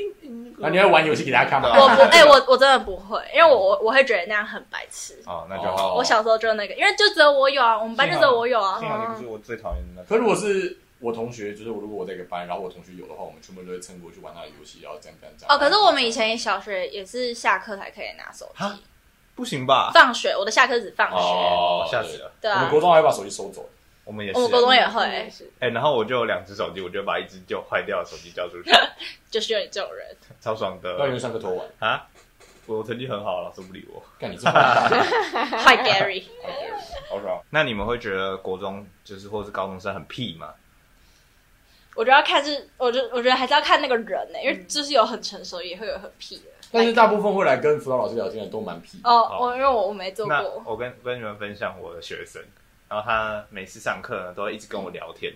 D: 那你要玩游戏给大家看吗？
B: 我不哎、我我真的不会，因为我我我会觉得那样很白痴。
C: 哦，那就好。
D: 哦
B: 我小时候就那个，因为就只有我有啊，我们班就只有我有啊。
C: 幸好你不是我最讨厌的那
D: 可
C: 种。
D: 如果是我同学，就是我如果我在一个班，然后我同学有的话，我们全部都会蹭过去玩那个游戏，然后这样这样这样。
B: 哦，可是我们以前小学也是下课才可以拿手
C: 啊
B: 机，
C: 不行吧？
B: 放学我的下课是指放学，
D: 哦，
C: 吓死！了。
B: 对
D: 我们
B: 啊，
D: 国中还会把手机收走，
C: 我们也是
B: 我。们国中也
E: 我们
B: 会，
E: 是，
C: 哎，然后我就有两只手机，我就把一只就坏掉的手机交出去，
B: 就是有你这种 <laughs> 人，
C: 超爽
D: 到你
C: 的
D: 们上课偷玩，
C: 啊！我成绩很好，老师不理我，
D: 干你这
C: <laughs>
D: 么
B: 坏 Gary。
C: 好爽。那你们会觉得国中就是或是高中生很屁吗？
B: 我觉得要看是，我觉得我觉得还是要看那个人呢、因为就是有很成熟，也会有很屁的。
D: 但是大部分会来跟辅导老师聊天的都蛮屁。
B: 哦，
C: 好
B: 我因为我我没做
C: 那
B: 过，
C: 我跟跟你们分享我的学生，然后他每次上课呢都会一直跟我聊天，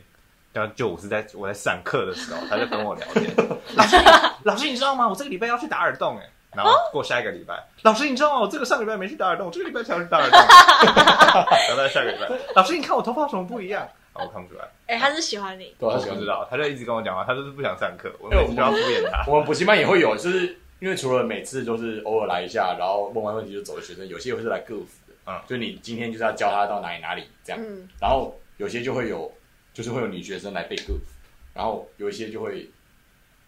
C: 然后就我是在我在上课的时
D: <laughs>
C: 候，他就跟我聊天。老师，老师你知道吗？我这个礼拜要去打耳洞哎、然后过下一个礼拜，老师你知道吗？我这个上个礼拜没去打耳洞，我这个礼拜才要去打耳
D: <laughs>
C: 洞。然后到下个礼拜，老师你看我头发有什么不一样？啊，我看不出来，
B: 哎、他是喜欢你，
D: 对，
C: 我
D: 啊他喜欢
C: 不知。道，他就一直跟我讲话，他就是不想上课，我
D: 哎
C: 每次就要敷衍他。
D: 我们补习班也会有，就是因为除了每次就是偶尔来一下，然后问完问题就走的学生，有些会是来各府的，
C: 嗯
D: 嗯，就你今天就是要教他到哪里哪里这样，
E: 嗯，
D: 然后有些就会有，就是会有女学生来背歌，然后有一些就会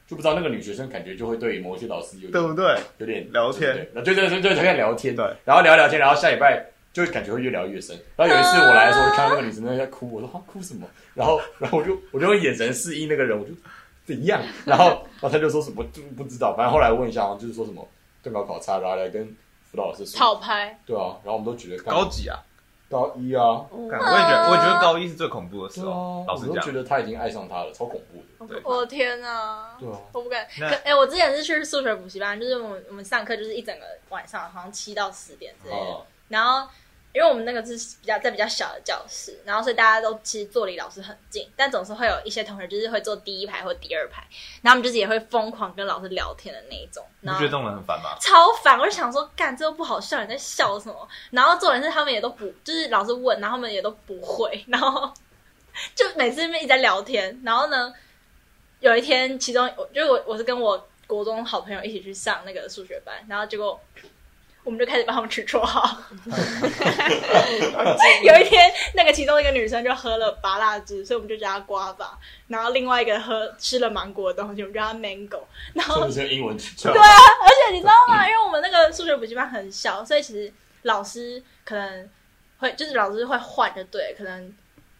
D: 就不知道那个女学生感觉就会对某些老师有
C: 对
D: 点
C: 不对？
D: 有点
C: 聊天，
D: 对对对对对，就开始聊天，
C: 对，
D: 然后聊一聊天，然后下礼拜就会感觉会越聊越深。然后有一次我来的时候，我就看到那个女生在那哭，我说她哭什么？然后然后我就我就用眼神示意那个人，我就
C: <laughs>
D: 怎样？然后然后她就说什么就不知道，反正后来问一下，好像就是说什么段考考差，然后来跟辅导老师说，
B: 讨拍，
D: 对啊，然后我们都觉得干
C: 高几啊？
D: 高一啊，
B: 嗯
E: 嗯
C: 干我也觉得，我也觉得高一是最恐怖的时
D: 对啊，
C: 候。老
D: 我
C: 师
D: 们都
C: 讲
D: 觉，得他已经爱上他了，超恐怖的。
B: 我的天哪！
D: 对啊，
B: 我不敢。可
C: 那
B: 哎、我之前是去数学补习班，就是我们我们上课就是一整个晚上，好像七到十点之类的。
D: 啊，
B: 然后因为我们那个是比较在比较小的教室，然后所以大家都其实坐离老师很近，但总是会有一些同学就是会坐第一排或第二排，然后我们就是也会疯狂跟老师聊天的那一种。
C: 你
B: 然
C: 不
B: 后
C: 觉得这种人很烦吗？
B: 超烦，我就想说，干这又不好笑，你在笑什么？然后重点是他们也都不，就是老师问，然后他们也都不会，然后就每次一直在聊天。然后呢，有一天，其中我就是我我是跟我国中好朋友一起去上那个数学班，然后结果我们就开始帮他们取绰号。有一天，那个其中一个女生就喝了芭辣汁，所以我们就叫她瓜吧。然后另外一个喝吃了芒果的东西，我们叫她 mango。然后
D: 是不是英文取巧？
B: 而且你知道吗？啊因为我们那个数学补习班很小，所以其实老师可能会就是老师会换，就对了，可能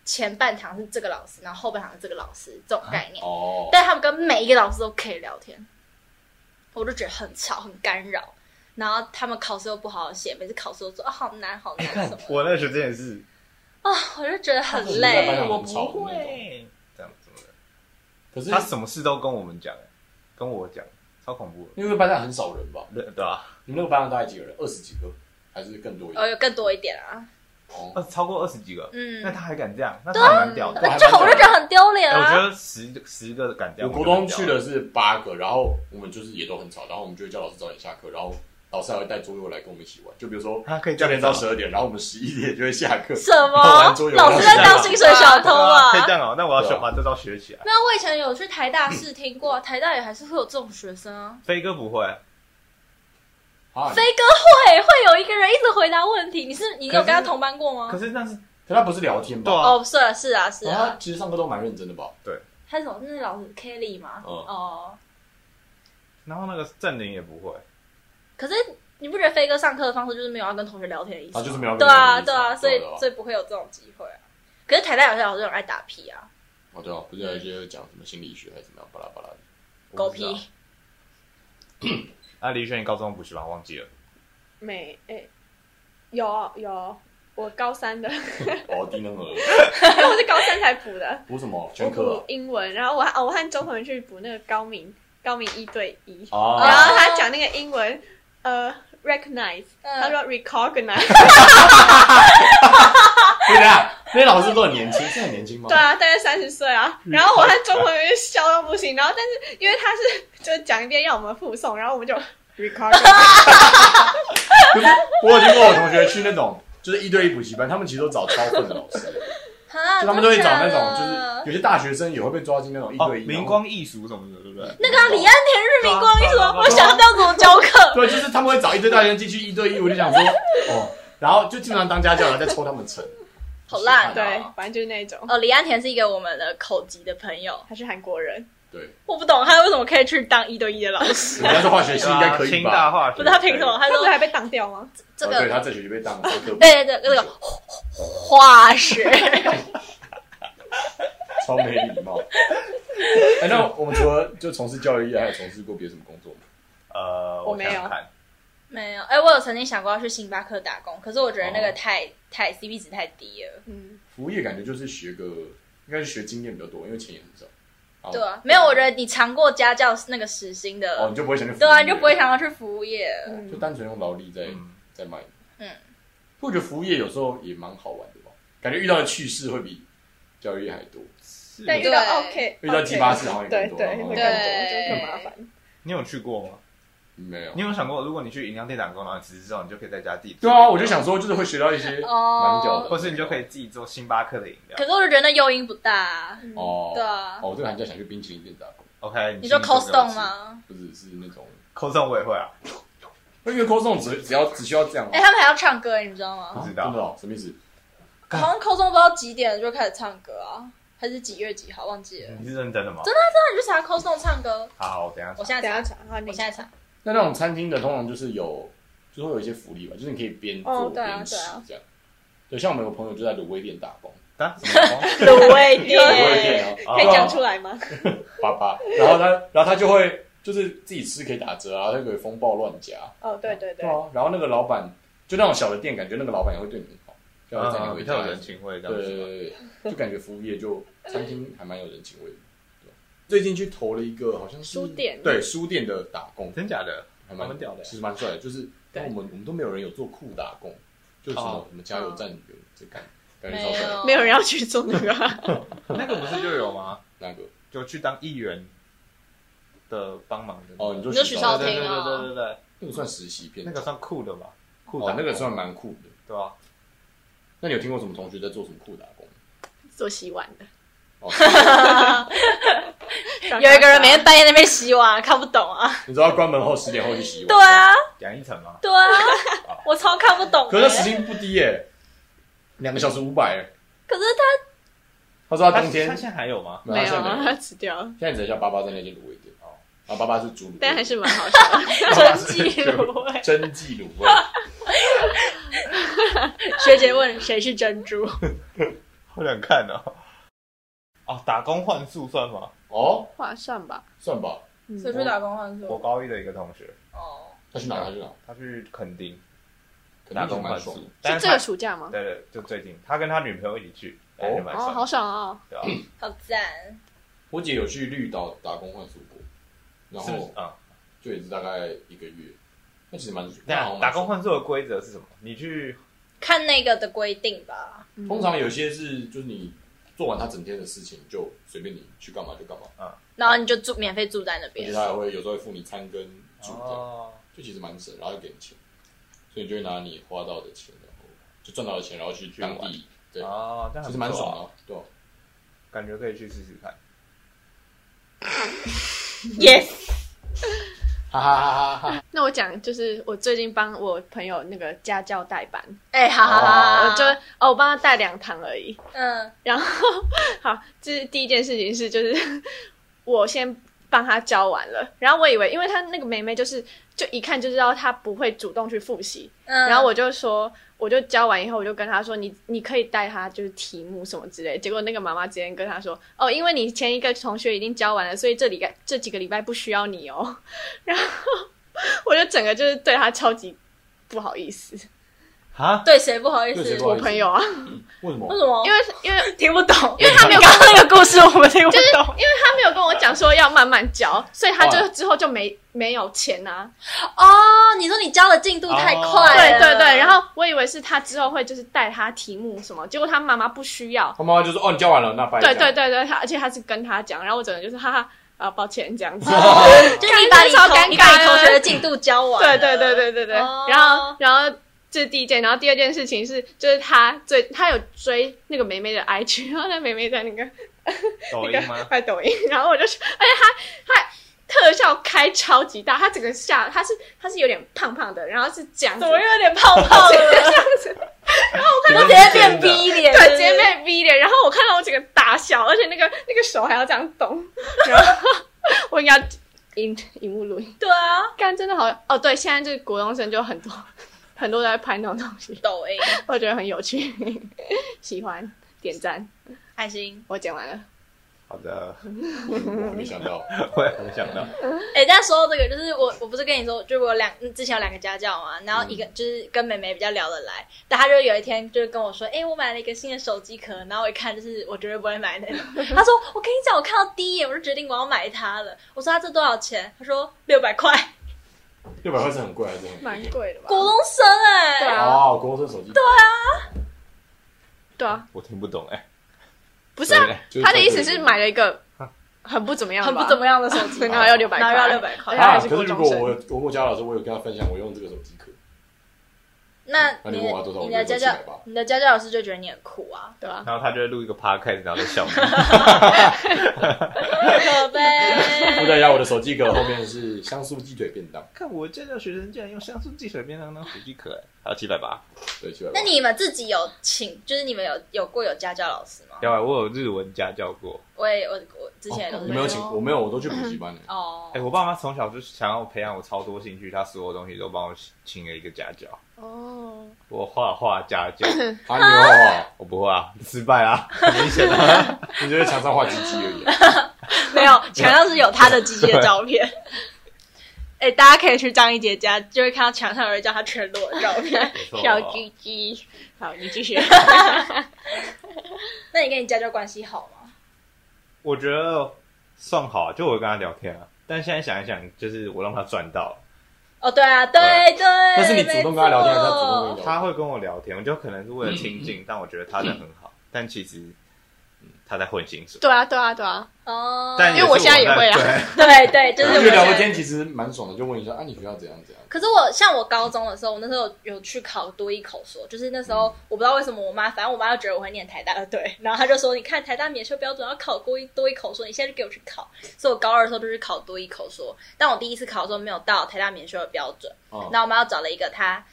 B: 前半堂是这个老师，然后后半堂是这个老师这种概念。
D: 哦，
B: 但他们跟每一个老师都可以聊天，我就觉得很吵，很干扰。然后他们考试又不好好写，每次考试都说啊好难好难
D: 哎
B: 什么的
C: 我那时间也是，
B: 啊、我就觉得很
D: 在班
B: 累。
D: 上很吵的那种。
C: 会这样子的。
D: 可是
C: 他什么事都跟我们讲，跟我讲，超恐怖
D: 因为班上很少人吧？
C: 的。对对啊，
D: 你们那个班上大概几个人？二十几个还是更多一
B: 哦，
D: 点？
B: 有更多一点啊，
D: 哦，
C: 二超过二十几个，
B: 嗯
C: 那，他还敢这样，那他还蛮屌的。
D: 对啊
B: 就我就觉得很丢脸
C: 哎我觉
B: 啊。
C: 得十十个敢这样，
D: 我国中去的是八个，然后我们就是也都很吵，然后我们就会叫老师早点下课，然后老师还会带桌游来跟我们一起玩，就比如说
C: 他可以这
D: 教
C: 样
D: 练
C: 子
D: 到
C: 哦
D: 十二点，然后我们十一点就会下课。
B: 什么
D: 玩桌？游
B: 老师在当薪水小偷
D: <laughs>
B: 啊
C: 可以？这样哦。那我要
D: 对
C: 学
D: 啊
C: 把这招学起来。
B: 没有，我以前有去台大试听过，台大也还是会有这种学生啊。
C: 飞哥不会，
D: 啊，
B: 飞哥会会有一个人一直回答问题，你是你有跟他同班过吗
C: 可？是那是
D: 可他不是聊天
C: 对啊，
D: 吧？
B: 哦，是啊，是啊，是
D: 他
B: 啊。
D: 其实上课都蛮认真的吧？
B: 他是什么？那是老师 Kelly 吗？
D: 嗯
B: 哦，
C: 然后那个郑林也不会，
B: 可是你不觉得飞哥上课的方式就是没有要跟同学聊天的意思
D: 他
B: 吗？
D: 就是没有跟
B: 对
D: 别人
B: 啊，
D: 认识
B: 对啊，所以
D: 对啊
B: 所以不会有这种机会啊。可是台大有些老师很爱打屁啊，
D: 哦对啊，不是有一些讲什么心理学还是怎么样，巴拉巴拉的。
B: 狗
C: 我不知道
B: 屁。
C: 啊，李宇轩，你高中补习班忘记了？
E: 没诶、有有，我高
B: <laughs>
E: 三的，
D: 哦，低能儿
E: 我是高三才补的，
D: 补什么
E: 我
D: 全科
E: 补英文，然后我还哦我和周同学去补那个高明高明一对一，
D: 啊？哦
E: 然后他讲那个英文，呃，recognize，他
B: 嗯，
E: 说 recognize，
D: <laughs> 对啊，那些老师都很年轻，是很年轻吗？
E: 对啊，大概三十岁啊。
D: 嗯
E: 然后我和周同学就笑到不行，然后但是因为他是就讲一遍让我们附送，然后我
D: <laughs>
E: 们就 recognize，
D: 可是我有听过我同学去那种就是一对一补习班，他们其实都找超笨的老师，
B: 哈
D: 就他们都会找那
B: 啊真的假的
D: 种就是有些大学生也会被抓进那种一
C: 哦，
D: 对一。啊
C: 灵光艺术什么的，对不对？
B: 那个啊李安田日明光，你怎么不
D: 对啊对啊对啊
B: 想要怎么教课？
D: 对，就是他们会找一堆大学生进去一对一，我就想说哦，然后就基本上当家教，然后再抽他们成。
B: 好烂
D: 啊
E: 对
B: 哦，
E: 反正就是那种，
B: 哦，李安田是一个我们的口级的朋友，
E: 他是韩国人，
D: 对，
B: 我不懂他为什么可以去当一对一的老师，
D: 人家是化学系，应该可以
C: 清
D: 吧
C: 大？化学，
B: 不是他凭什么？他
E: 他不是
B: 说
E: 还被挡掉吗？
B: 这
D: 哦对
B: 个
D: 他这学期被当上课
B: 对对对，那个化学，
D: <laughs> 超没礼貌。哎，那我们除了就从事教育业，还有从事过别的什么工作吗？
C: 呃，
E: 我
C: 我
E: 没有
C: 想想看，
B: <laughs> 没有，哎、我有曾经想过要去星巴克打工，可是我觉得
D: 哦
B: 那个太、太 CP 值太低了。
E: 嗯，
D: 服务业感觉就是学个，应该是学经验比较多，因为钱也很少。哦
B: 对啊，没有，我觉得你尝过家教那个时薪的，
D: 哦，你就不会想去服务业。啊
B: 对啊，你就不会想要去服务业。
E: 嗯
D: 就单纯用劳力在
C: 嗯，
D: 在卖。
B: 嗯，
D: 我觉得服务业有时候也蛮好玩的吧，感觉遇到的趣事会比教育业还多。
C: 是
E: 但
C: 吗
E: 遇到
B: 对
E: 哦 OK，
D: 遇到鸡巴事好像也
E: 对
D: 更多
E: 对，
D: 哦
E: 会更多，
B: 对
E: 就很麻烦。
C: 你有去过吗？
D: 没有
C: 你，有想过，如果你去饮料店打工，然后你辞职之后，你就可以在家自己做
D: 对啊，我就想，说就是会学到一些蛮屌
B: 哦，
D: 的，
C: 或是你就可以自己做星巴克的饮料
B: 可。是我就觉得那诱因不大、啊。
D: 哦
B: 对。啊，
D: 哦，我这个寒假想去冰淇淋店打工，
C: OK，
B: 你说
C: 心里
B: cos
C: 就有
B: stone 吗？
D: 不只是那种，
C: ？cos stone 我也会啊，
D: 因为 cos 这种只只要只需要这样哦
B: 哎、，他们还要唱歌，你知道
E: 哎
B: 吗？
D: 啊
C: 不知道
D: 真的哦，什么意思？
B: 好像高中不知道几点就开始唱歌啊，还是几月几号忘记
D: 嗯
B: 了。
C: 你是认真的吗？
B: 那你去查 cos 唱歌，
C: 好，我等一下查。
B: 我现在
E: 等一
B: 查
E: 下，查，然后
B: 我
E: 你
B: 现在查，
D: 那那种餐厅的通常就是有，就是会有一些福利吧，就是你可以边做
E: 哦对啊
D: 边吃
E: 对啊
D: 这样。对，像我们有朋友就在卤味店打工， <laughs>
C: 啊？什么工？
E: 卤味
B: 店
D: 卤味店哦，
E: 可以讲出来吗？
D: 爸爸，然后他，然后他就会就是自己吃可以打折啊，他可以风暴乱夹，
E: 哦，对对对，
D: 啊，然后那个老板就那种小的店，感觉那个老板也会对你很好，就要载你
C: 嗯，
D: 回
C: 比
D: 家
C: 较，有人情味这
D: 对
C: 样
D: 对
C: 子
D: 对
C: 吗。
D: 对对，就感觉服务业就餐厅还蛮有人情味的。对最近去投了一个好像是
E: 书店
D: 对书店的打工，
C: 真假的？
D: 还蛮
C: 蛮屌的
D: 其实蛮帅的。就是
E: 对
D: 但我们我们都没有人有做酷打工，就是什么
C: 哦
D: 什么加油站员这感感觉
B: 没
D: 超帅的
B: 有，
E: 没有人要去做那个啊，
C: 那个不是就有吗？
D: 那个
C: 就去当议员的帮忙的。
D: 哦，你说
B: 你说
D: 许
B: 许
D: 绍
B: 绍
D: 对
B: 对对
C: 对对
B: 对
C: 对
B: 对对
C: 对对对，
D: 那个算实习片，
C: 那个算酷的吧？酷
D: 哦
C: 的，
D: 那个算蛮酷的。
C: 对啊吧？
D: 那你有听过什么同学在做什么酷打工？
E: 做洗碗的，
D: 哦，
B: 有一个人每天半夜在那边洗碗，看不懂啊。
D: 你知道关门后十点后去洗
B: <laughs>
D: 碗。
B: 对。啊，
C: 讲一层吗？
B: 对啊，我超看不懂的。
D: 可是他时薪不低耶，两个小时五百。
B: 可是他
D: 他说他
C: 他
D: 冬天
C: 他，现在还有吗？
E: 没有
D: 现在
E: 啊，他吃掉了，
D: 现在只能叫爸爸在那间卤味店哦。啊，爸爸是煮卤味，
E: 但还是蛮好笑的。
B: 真记录欸。
D: 真记卤味。
B: <laughs> 学姐问谁是珍珠？
C: 好想看哦。哦，打工换宿算吗？
D: 哦，
E: 划算吧？
D: 算吧，
E: 嗯
B: 谁去打工换
C: 我
B: 宿？
C: 高一的一个同学，
B: 哦，
D: 他去哪他去哪，
C: 他去垦丁
D: 肯
C: 打
D: 定是
C: 工换
D: 蛮爽的
C: 宿。，
E: 是
C: 但
E: 这
C: 他
E: 个暑假吗？
C: 对对，就最近他跟他女朋友一起去，感觉蛮
E: 哦，
C: 爽的
E: 好爽哦！
C: 对吧？啊
B: 好赞！
D: 我姐有去绿岛打工换宿过，然
C: 是不
D: 后
C: 是？嗯，
D: 就也是大概一个月，那其实蛮
C: 对啊
D: 那好像蛮
C: 打工
D: 爽
C: 换宿的规则是什么？你去
B: 看那个的规定吧。
E: 嗯
D: 通常有些是就是你做完他整天的事情，就随便你去干嘛就干嘛，
B: 然后你就住免费住在那
D: 而且
B: 边，
D: 他还会有时候会付你餐跟住这样，
C: 哦，
D: 就其实蛮省，然后又给你钱，所以你就会拿你花到的钱，然后就赚到的钱，然后去
C: 去
D: 当
C: 玩
D: 地，对
C: 哦，这样
D: 其
C: 很
D: 实蛮
C: 不错啊
D: 爽的啊，对啊
C: 感觉可以去试试看。
B: yes，
D: 哈哈哈哈哈！
E: 那我讲就是我最近帮我朋友那个家教代班，
B: 哎，好好好，
E: 我就哦我帮他带两堂而已。
B: 嗯
E: 然后好，这是第一件事情是，就是 <laughs> 我先帮他教完了，然后我以为，因为他那个妹妹就是就一看就知道她不会主动去复习，
B: 嗯，
E: 然后我就说，我就教完以后，我就跟他说，你你可以带他就是题目什么之类。结果那个妈妈直接跟他说，哦，因为你前一个同学已经教完了，所以这礼拜这几个礼拜不需要你哦。 <laughs> 然后我就整个就是对他超级不好意思，
C: 啊，
B: 对谁不好意思？
D: 对谁不好
E: 我
D: 意思
E: 朋友啊，
D: 为什么
B: 为？什么？
E: 因为因为
B: 听不懂，
E: 因为他没有
B: 刚刚那个故事我们听不懂。
E: 因为他没有跟我讲说要慢慢教，所以他就
D: 哇
E: 之后就没没有钱啊。
B: <laughs> 哦，你说你教的进度太快
E: 对
B: 了，
E: 对对，然后我以为是他之后会就是带他题目什么，结果他妈妈不需要。
D: 他妈妈就说：“哦，你教完了，那拜。”
E: 对对，对对，他而且他是跟他讲，然后我整个就是哈哈啊，抱歉这样子。
B: 就你把你
E: 感觉超尴尬
B: 同你把你
E: 的
B: 同学的进度教完
E: 对
B: 了，
E: 对对对对对，
B: 哦
E: 然后然后。这是第一件，然后第二件事情是，就是他最他有追那个梅梅的 IG，然后那梅梅在那个
C: 抖
E: 那
C: 音吗
E: 个？快抖音，然后我就去，而且他他特效开超级大，他整个吓，他是他是有点胖胖的，然后是这样子
B: 怎，么又有点泡泡 <laughs> 了？直
C: 你们
B: 接变
C: 真的
B: B 脸，
E: 对，直接被逼脸，然后我看到我整个大笑，而且那个那个手还要这样动，然后我应该要荧荧幕录音，
B: 对啊，
E: 干真的好哦，对，现在就是国中生就很多 <laughs> 很多都在拍那种东西，
B: 抖音
E: 我觉得很有趣，喜欢点赞，
B: 开心。
E: 我剪完了，
C: 好的， <laughs>
D: 我没想到，
C: 我也没想到。
B: 哎，但说到这个，就是我我不是跟你说，就我两嗯之前有两个家教嘛，然后一个就是跟妹妹比较聊得来，但她就有一天就跟我说，哎，我买了一个新的手机壳，然后我一看就是我绝对不会买的， <laughs> 她说我跟你讲，我看到第一眼我就决定我要买它了，我说它这多少钱？她说六百块，
D: 六百块是很贵还是很
E: 蛮贵的吧？
B: 国中生哎、
E: 对啊
D: 哦，国生手机对啊，
E: 对啊，
C: 我听不懂哎、
E: 不是啊
C: 对，
D: 就是
E: 他的意思是买了一个很不怎么样吧，
B: 很不怎么样的手机，啊
E: 然后要啊六百块，哎
B: 然后要六百块
E: 而且还
D: 啊。
E: 是
D: 可是
E: 国
D: 如
E: 中
D: 果
E: 生。
D: 我我国家老师，我有跟他分享我用这个手机壳，
B: 那
D: 那
B: 你
D: 你问我要多少，我
B: 你
D: 就
B: 的
D: 说
B: 家
D: 七
B: 教
D: 百八。
B: 你的家教老师就觉得你很酷
D: <laughs>
B: 啊，
E: 对啊，
C: 然后他就会录一个 podcast，然后就笑你。
B: 可
D: 附
B: 呗。
D: 带压我的手机壳后面是香酥鸡腿便当，
C: <laughs> 看我这教学生竟然用香酥汽水便当当手机壳、哎，还有七百八。
D: 对七百八
B: 那。你们自己有请，就是你们有有过有家教老师吗？
C: 要不然啊我有日文家教过，
B: 我也我我之前也都是
D: 哦你没有请？我没有，我都去补习班了。
B: 哦
C: 哎、，我爸妈从小就想要培养我超多兴趣，他所有东西都帮我请了一个家教。
E: 哦，
C: 我画画家
E: <laughs>
C: 教，
B: 嗯
D: 啊，你哦，
C: 我不会啊，失败啊，很明显啊。
D: 你就在墙上画鸡鸡而已啊。
B: 没有，墙上是有他的机器的照片。 <laughs> 哎，大家可以去张一杰家，就会看到墙上有人叫他全裸的照
D: <laughs>
B: 片。
C: 没错
E: 小鸡鸡，好，你继续。
B: 那你跟你家教关系好吗？
C: 我觉得算好，就我跟他聊天啊。但现在想一想，就是我让他赚到，
B: 哦，对啊，对对。
D: 但是你主动跟他聊天，
B: 没
D: 他
B: 错
D: 主动跟你聊天。
E: 嗯 <laughs>
C: 他会跟我聊天，我就可能是为了亲近，但我觉得他人很好，但其实、嗯他在混薪水。
E: <laughs> 对啊，对啊，对啊，
B: 哦，
C: 但
E: 因为我现在也会啊
C: 啊，
B: 对对，就是
D: 就
B: 我
D: 聊个
B: 觉得。
D: 天其实蛮爽的，就问一下啊，你学校怎样怎样？
B: 可是我像我高中的时候，我那时候有去考多一口说，就是那时候我不知道为什么我妈，反正我妈就觉得我会念台大二对，然后她就说，你看台大免修标准要考多一多一口说，你现在就给我去考。所以我高二的时候就去考多一口说，但我第一次考的时候没有到台大免修的标准，
D: 哦
B: 那我妈又找了一个她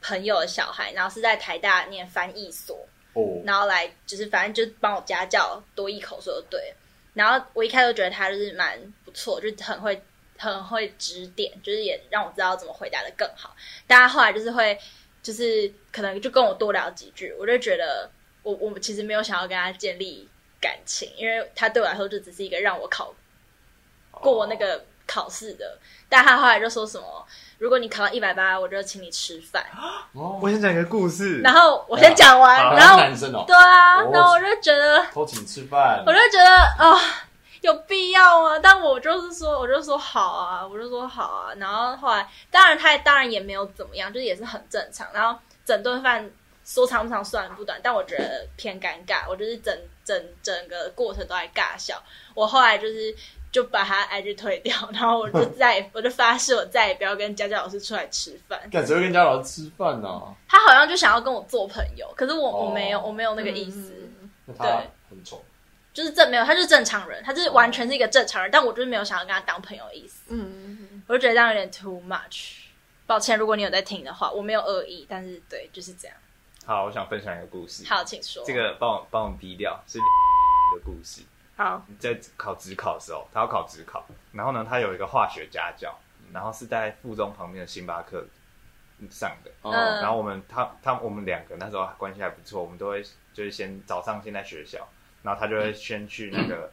B: 朋友的小孩，然后是在台大念翻译所，
D: 哦，
B: 然后来就是反正就帮我家教多一口说就对了。然后我一开始就觉得他就是蛮不错，就是很会很会指点，就是也让我知道怎么回答的更好。但他后来就是会就是可能就跟我多聊几句，我就觉得我我其实没有想要跟他建立感情，因为他对我来说就只是一个让我考过那
D: 哦
B: 个考试的。但他后来就说什么，如果你考到一百八，我就请你吃饭。
C: 我想讲一个故事，
B: 然后我先讲完，
D: 好
B: 然后
D: 哦他是男生哦，
B: 对啊，
D: 哦
B: 然后我就觉得。
D: 偷请吃饭
B: 我，就觉得啊、有必要吗？但我就是说，我就说好啊，我就说好啊。然后后来，当然他当然也没有怎么样，就是也是很正常。然后整顿饭说长不长，说短不短，但我觉得偏尴尬。我就是整整整个过程都在尬笑。我后来就是。就把他 IG 退掉，然后我就再也，我就发誓我再也不要跟佳佳老师出来吃饭。
D: 干谁会跟家老师吃饭呢？
B: 他好像就想要跟我做朋友，可是我、我没有
D: 哦
B: 我没有那个意思。
D: 那他很丑，
B: 就是正没有，他就是正常人，他就是完全是一个正常人，但我就是没有想要跟他当朋友的意思，
E: 嗯，
B: 我就觉得这样有点 too much。抱歉，如果你有在听的话，我没有恶意，但是对，就是这样。
C: 好，我想分享一个故事。
B: 好，请说。
C: 这个帮我帮我逼掉是 <laughs> 的故事。
E: 好，
C: 在考职考的时候，他要考职考，然后呢，他有一个化学家教，然后是在附中旁边的星巴克上的。
B: 嗯
D: 哦，
C: 然后我们他他我们两个那时候关系还不错，我们都会就是先早上先在学校，然后他就会先去那个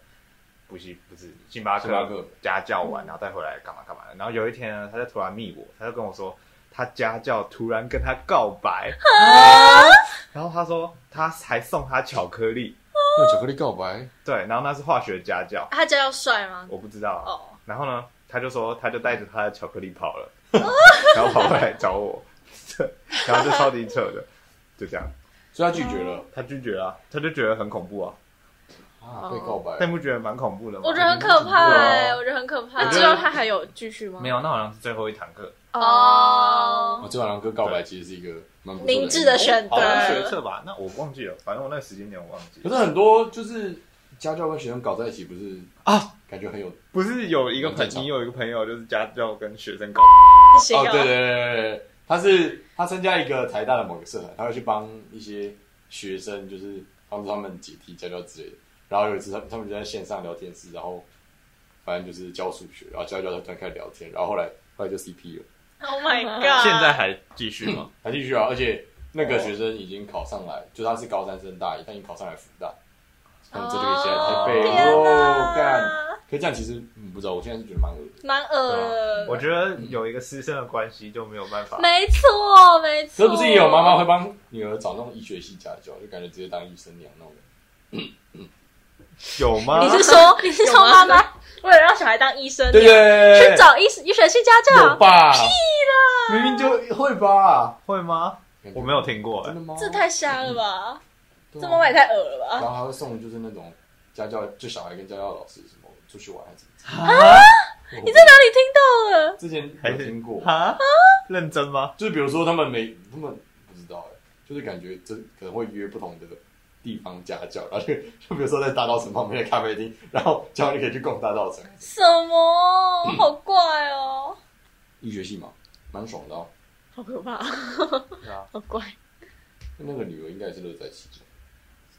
C: 补习不是星巴
D: 星巴克
C: 克家教完，然后再回来干嘛干嘛的。然后有一天呢，他就突然密我，他就跟我说他家教突然跟他告白，然后他说他还送他巧克力，
D: 用巧克力告白，
C: 对，然后那是化学家教，
B: 他家教帅吗？
C: 我不知道啊。
B: 哦，
C: 然后呢，他就说他就带着他的巧克力跑了，
B: 哦
C: <laughs> 然后跑回来找我， <laughs> 对然后就超级扯的，就这样。
D: 所以他拒绝了
C: 他拒绝啊，他就觉得很恐怖啊，
B: 嗯
D: 啊，被告白
C: 但。不觉得蛮恐怖的吗？
B: 我觉得很可怕
D: 对啊
B: 哎、我觉得很可怕
E: 那。之后他还有继续吗？
C: 没有，那好像是最后一堂课，
E: 哦，
D: 我这晚上跟告白其实是一个蛮不错
B: 明智的选择
C: 好像学测吧？那我忘记了，反正我那个时间点我忘记
D: 可
C: 了。
D: 是很多就是家教跟学生搞在一起，不是
C: 啊？
D: 感觉很有
C: 不是有一个朋
D: 很，正常
C: 你有一个朋友就是家教跟学生搞，
B: 行
D: 哦，对对对对对，他是他参加一个台大的某个社团，他会去帮一些学生，就是帮助他们解题、教教之类的。然后有一次他他们就在线上聊天室，然后反正就是教数学，然后教一教他突然开始聊天，然后后来后来就 CP 了，
B: Oh my god！
C: 现在还继续吗？
D: 还继续啊，而且那个学生已经考上来，就他是高三升大一，他已经考上来复大，他们这个起来台北，
B: 天
D: 哦干，
B: 哪，
D: 可是这样其实嗯不知道，我现在是觉得蛮恶的。
B: 蛮恶的。
D: 啊
C: 我觉得有一个师生的关系就没有办法。
B: 没错，没错。
D: 可是不是也有妈妈会帮女儿找那种医学系家教，就感觉直接当医生那样那种。
C: 有吗？
B: 你是说你是说
E: 有
B: 妈
E: 吗
B: 妈为了让小孩当医生，
D: 对对对对，
B: 去找啊医医学系家
D: 有
B: 教？
D: 吧？屁啦，明明就会吧。
C: 会吗？我没有，听过哎、
D: 真的吗？
B: 这太瞎了吧！
D: 对啊
B: 这妈妈也太恶了
D: 然
B: 吧！
D: 后还会送就是那种家教，就小孩跟家教老师什么出去玩还是怎么样？你在
B: 哪里听到了？
D: 之前
C: 还
D: 有
C: 是
D: 听过？
C: 哈，认真吗？
D: 就是比如说他们每他们不知道哎，就是感觉这可能会约不同的。地方家教，然后就就比如说在大稻城旁边的咖啡厅，然后教你可以去逛大稻城，
B: 什么？好怪哦！
D: 医学系嘛，蛮爽的、哦。
E: 好可怕，
C: 对啊，
E: 好怪。
D: 那个女儿应该也是乐在其中，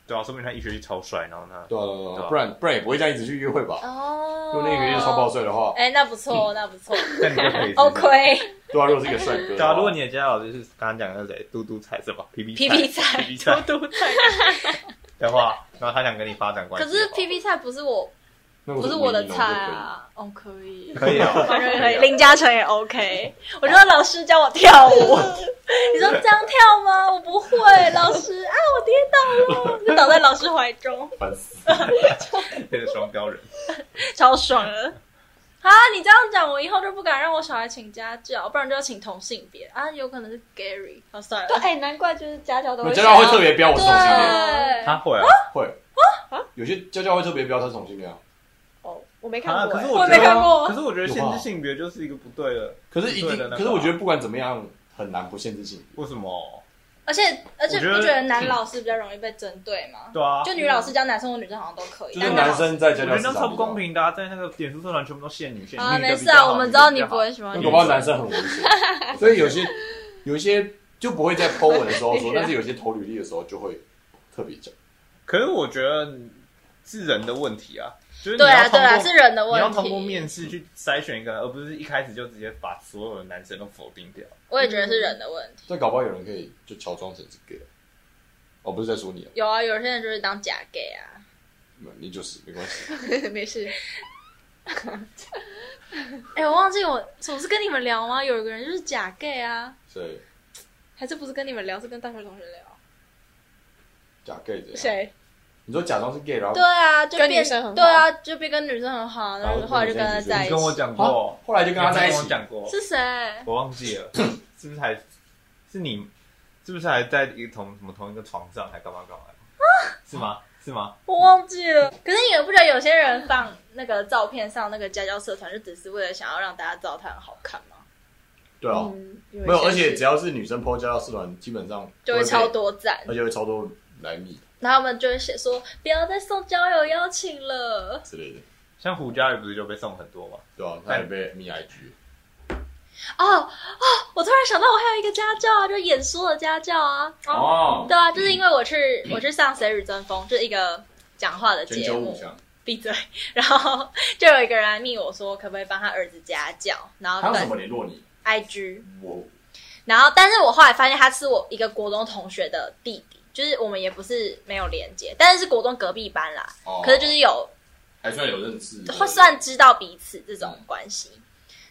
C: 对啊，说明他医学系超帅，然后呢？
D: 对啊对啊对
C: 对
D: 啊，
C: 啊
D: 不然不然也不会这样一直去约会吧？
B: 哦
D: 如果那个月超爆。帅的话，
B: 哎，那不
D: 嗯
B: 错，那
D: <laughs>
B: 不错。
C: 那你就可以
B: OK，
D: 对啊，如果是一个帅哥的话，
C: 对啊，如
B: 哦
C: 果你的家教老师是刚刚讲的那谁，嘟嘟菜是吧？皮皮
B: 皮
C: 菜
B: 皮菜
C: 皮皮菜
E: 嘟嘟菜，
C: 的话，然后他想跟你发展关
B: 可
C: 系的
B: 是
C: 话，
B: 皮皮菜不是我，
D: 那
B: 不
D: 是
B: 是我的
D: 迷
B: 菜
D: 侬就可以，
B: 啊。哦，可以，
C: 可以啊，
B: <laughs> 完全可以。林嘉诚也 OK。我觉得老师教我跳
D: <laughs>
B: 舞，你说这样跳吗？我不会，老师啊，我跌倒了，就倒在老师怀中，
D: 烦死！
C: 变成双标人。
B: 超爽的。 <laughs> 啊！你这样讲，我以后就不敢让我小孩请家教，不然就要请同性别啊，有可能是 Gary。好、算了啊
E: 对，，哎，难怪就是家教都
D: 我
E: 会
D: 家
E: 想
D: 教
E: 要，
B: 哎
D: 会特别标我同性恋，
E: 对
C: 他会啊，
D: 会有些家教会特别标他是同性恋啊，
E: 哦，我没看
C: 啊，
E: 过、
C: 可是
E: 欸
B: 我
C: 我
B: 没
C: 觉
B: 看
C: 得，
B: 过
C: 可是我觉得限
D: 有吧
C: 制性别就是一个不对的，
D: 可是一
C: 不
D: 定
C: 对的，那
D: 可
C: 个啊
D: 是我觉得不管怎么样，很难不限制性。
C: 为什么？
B: <laughs> 而且而且
C: 我觉
B: 不
C: 得
B: 觉得男老师比较容易被针对吗？
C: 对啊，
B: 就女老师教男生或女生好像都可以，
D: 就是
B: 但
D: 男
B: 老师
D: 生在
C: 我
D: 家
C: 觉
D: 教
C: 得
D: 市
C: 那
D: 场
C: 超不公。平的啊，在那个脸书社团全部都限女限，
B: 啊，
C: 女的
B: 没
C: 比
B: 事
C: 较
B: 啊，
C: 好
B: 我们知道你不。
C: 女的比较好啊
B: 会喜欢
D: 那
B: 女
D: 搞
B: 生
D: 不好男生很无
B: <laughs>
D: 耻，所以有些有些就不会在 Po 文的
B: <laughs>
D: 时候说，但是有些投履历的时候就会特别讲。
C: 可是我觉得是人的问题啊，就是你
B: 对啊
C: 要
B: 对
C: 通
B: 啊，
C: 过
B: 是人的
C: 你要
B: 问
C: 通过
B: 题。
C: 面试去筛选一个人，而不是一开始就直接把所有的男生都否定掉。
B: 我也觉得是人的问题。
D: 这搞不好有人可以就乔装成是 gay 啊。哦，不是在说你啊，
B: 有啊，有些人就是当假 gay 啊。
D: 你就是没关
B: <laughs>
D: 系。
E: <laughs> 没事，
B: 哎、我忘记我我是跟你们聊吗？有一个人就是假 gay 啊，
D: 所以
B: 还是不是跟你们聊？是跟大学同学聊？
D: 假 gay 怎样？
E: 谁？
D: 你说假装是 gay，然后
B: 对啊，就变
E: 跟女生很好
B: 对啊，就变跟女生很好，然
D: 然后
B: 后后来就跟他在
C: 你
B: 一
C: 跟我
B: 起。啊
C: 讲过，
D: 后来就
C: 你
D: 跟他在一
C: 跟我
D: 起。
C: 讲过，
B: 是谁？
C: 我忘记了，是不是还是你？是不是还在一个同什么同一个床上，还干嘛干嘛？
B: 啊
C: 是吗？是吗？
B: 我忘记了。可是你们不觉得有些人放那个照片上那个家教社团，就只是为了想要让大家知道他很好看吗？
D: 对啊，
E: 嗯，
D: 没有，而且只
E: 要
D: 要是女生 PO 家教社团，基本上
B: 就
D: 会
B: 会
D: 被
B: 超，多赞，
D: 而且会超多来密
B: 然后他们就会写说不要再送交友邀请了。
D: 啊之类的，
C: 像胡佳瑜不是就被送很多吗？
D: 对啊，他也被密 IG。
B: 哦哦，我突然想到，我还有一个家教啊，就是演说的家教啊。
D: 哦，
B: 对啊，就是因为我去我去上《谁与争锋》，就是一个讲话的
D: 全
B: 节
D: 球
B: 目
D: 五，强，
B: 闭嘴。 <laughs> 然后就有一个人来密我说，可不可以帮他儿子家教，然
D: 他
B: 后
D: 要怎
B: 跟
D: 么联络你？
B: IG。
D: 我
B: 然后，但是我后来发现他是我一个国中同学的弟弟，就是我们也不是没有连接，但是是国中隔壁班啦。
D: 哦，
B: 可是就是有
D: 还算有认识，
B: 会算知道彼此这种关系。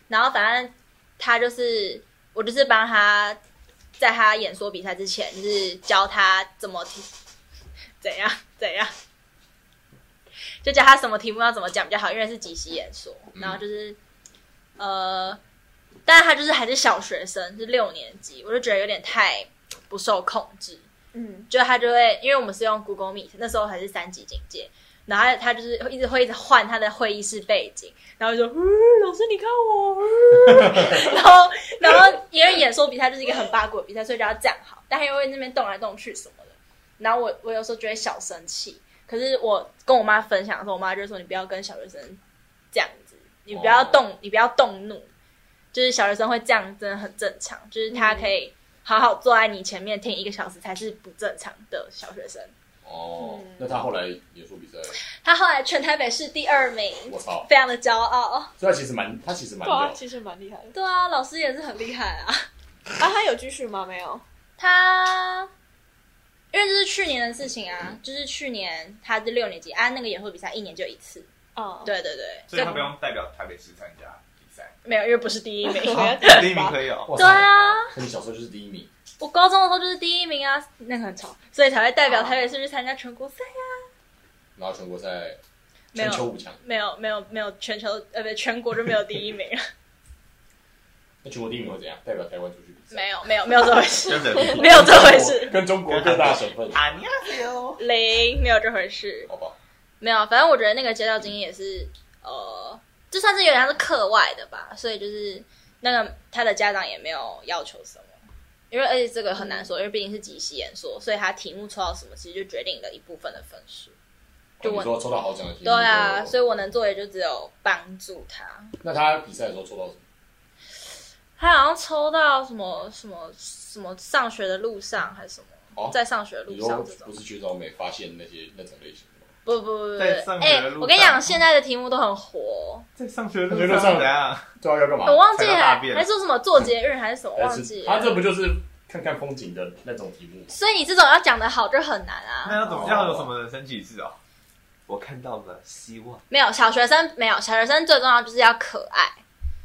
B: 然后反正他就是我就是帮他在他演说比赛之前，就是教他怎么提怎样怎样，就教他什么题目要怎么讲比较好，因为是即席演说。
D: 嗯
B: 然后就是、呃，但是他就是还是小学生，是六年级，我就觉得有点太不受控制。
E: 嗯，
B: 就他就会，因为我们是用 Google Meet，那时候还是三级警戒，然后他他就是会一直会一直换他的会议室背景，然后就说、呃老师你看我，呃然后然后因为演说比赛就是一个很八股的比赛，所以就要站好，但他又会那边动来动去什么的，然后我我有时候就会小生气，可是我跟我妈分享的时候，我妈就说你不要跟小学生这样子，你不要动，你不要动怒，就是小学生会这样真的很正常，就是他可以。好好坐在你前面听一个小时才是不正常的小学生。
D: 哦
E: 嗯。
D: 那他后来演说比赛，
B: 他后来全台北市第二名，
D: 我操！
B: 非常的骄傲。
D: 所以他其实蛮，他其实蛮
E: 对啊，
D: 屌，
E: 其实蛮厉害的。
B: 对啊，老师也是很厉害啊。 <laughs>
E: 啊，他有继续吗？没有。
B: 他因为这是去年的事情
C: 嗯
B: 啊，就是去年他是六年级，啊按、那个演说比赛一年就一次。
E: 嗯，
B: 对对对，
C: 所以他不用代表台北市参加比赛，
B: 没有，因为不是第一名。
C: <laughs> 第一名可以哦。
D: 哇
B: 对啊，
D: 那你小时候就是第一名，
B: 我高中的时候就是第一名啊，那个很吵，所以才会代表台北市去参加全国赛。
D: 然后全国赛
B: 没有
D: 全球五强，
B: 没有没有没有，全球呃不全国就没有第一名，
D: 那全国第一名会怎样？代表台湾出去比
B: <laughs>
D: 赛？
B: 没有没有没有这回事，
C: 真的
B: 没有这回事，<laughs>
D: 跟中国各大省份，
C: 啊，你
B: 哦
C: 要
B: 零没有这回事。
D: 好吧？
B: 没有，反正我觉得那个街道经验也是，呃，就算是有点像是课外的吧，所以就是那个他的家长也没有要求什么，因为而且这个很难说，因为毕竟是即席演说，所以他题目抽到什么，其实就决定了一部分的分数。
D: 哦
B: 就
D: 你
B: 我
D: 说抽到好奖的题目，
B: 对啊，
D: 就
B: 所以我能做的就只有帮助他。
D: 那他比赛的时候抽到什么？
B: 他好像抽到什么什么什么上学的路上还是什么，
D: 哦
B: 在上学的
D: 你
B: 路
D: 说
B: 上这种
D: 不。是去找美发现那些那种类型的吗？
B: 不不不不，
C: 在上
B: 哎、
C: 学的路
B: 我跟你
C: 上
B: 讲，现在的题目都很火，
C: 在上学
D: 路
C: 路
D: 上
C: 上怎样？
D: 对啊，要干嘛
B: 我？忘记
C: 踩到
B: 了，
C: 大便
B: 还说什么做节日还是什么，忘记了。
D: 他这不就是看看风景的那种题目吗？
B: 所以你这种要讲的好就很难啊。
C: 那要怎么要有什么人生启示哦？我看到了希望。
B: 没有小学生，没有小学生最重要就是要可爱。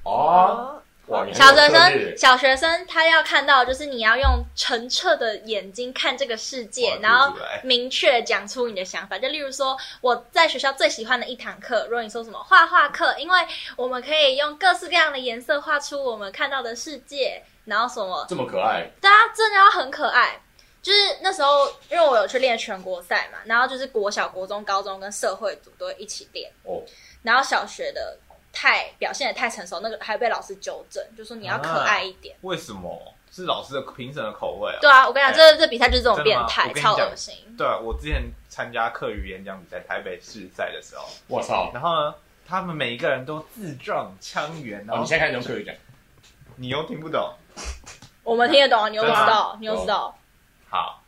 D: 哦，
E: 哦，
D: 哇，你很有
B: 小学
D: 策略耶
B: 生，小学生他要看到就是你要用澄澈的眼睛看这个世界，然后
D: 哎
B: 明确讲出你的想法。就例如说，我在学校最喜欢的一堂课，如果你说什么画画课，因为我们可以用各式各样的颜色画出我们看到的世界，然后什么
D: 这么可爱，
B: 大家真的要很可爱。就是那时候，因为我有去练全国赛嘛，然后就是国小、国中、高中跟社会组都会一起练。
D: 哦，
B: 然后小学的太表现的太成熟，那个还被老师纠正，就说你要可爱一点。
C: 为什么？是老师的评审的口味啊？
B: 对啊，我跟你讲，
C: 哎
B: 这这比赛就是这种变态，
C: 真的吗
B: 超
C: 我跟你讲
B: 恶心。
C: 对啊，我之前参加课余演讲比赛，台北市赛的时候，
D: 我操！
C: 然后呢，他们每一个人都字正腔圆，然
D: 哦，
C: 后
D: 你现在开始用客语讲，
C: 你又听不懂。
B: 我们听得懂啊，你又不知
C: 对
B: 道，你又知道。
C: 好，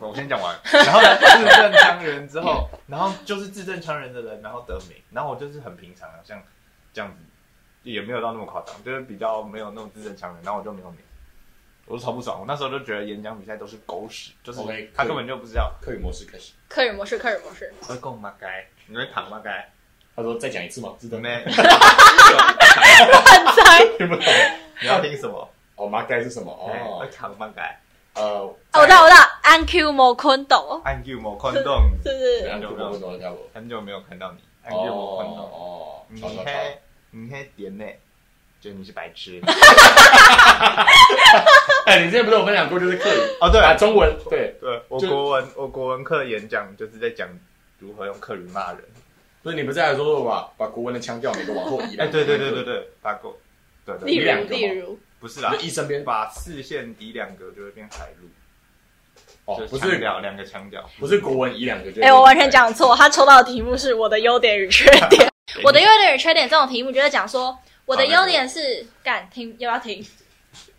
C: 我我先讲完。 <laughs> 然后呢，字正腔圆之后，然后就是字正腔圆的人，然后得名。然后我就是很平常，啊像这样子，也没有到那么夸张，就是比较没有那种字正腔圆，然后我就没有名。我就超不爽，我那时候就觉得演讲比赛都是狗屎，就是
D: OK，
C: 他根本就不知道
D: 客语模式开始。
B: 客语模式，客语模式，
C: 会供吗该，你会躺吗该，
D: 他说再讲一次嘛，知道
C: 你
D: 吗？
C: 们
E: 很猜。
D: 听不懂。
C: <laughs> 你要听什么？
D: <laughs> 哦，马该是什么？
C: 哎会
D: 哦，
C: 躺吗该
D: 呃，
B: 哦，我知道，我知道，安 Q 摩昆斗，
C: ？I'm you more condom，
B: 是不
D: 然
B: 是？
D: 后就不懂跳舞。
C: 很久没有看到你
D: 哦
C: ，I'm you more condom。
D: 哦，
C: 你
D: 好好
C: 黑，你黑点呢？就你是白痴
D: 哎，你之前不是有分享过，就是客语
C: <laughs> 哦。 <laughs> 对
D: 啊，中文对，
C: 对，我
D: 就
C: 国文我国文课演讲就是在讲如何用课语骂人。
D: 不是你不是还说过嘛，把国文的腔调每个往后移。
C: 哎，对对对对，对，把过，对对，
E: 例
D: 你两
E: 如，
D: 个吗
E: 例如，
C: 不是啦
D: 那，医生边
C: 把四线移两个就会变海陆，
D: 哦
C: 就，
D: 不
C: 强
D: 是
C: 调两个腔调。
D: 不是国文移两个就。
B: 哎、我完全。讲错，他抽到的题目是我的优点与缺点。我的优点与缺点这种题目就在讲说，我的优点是敢听，要不要听？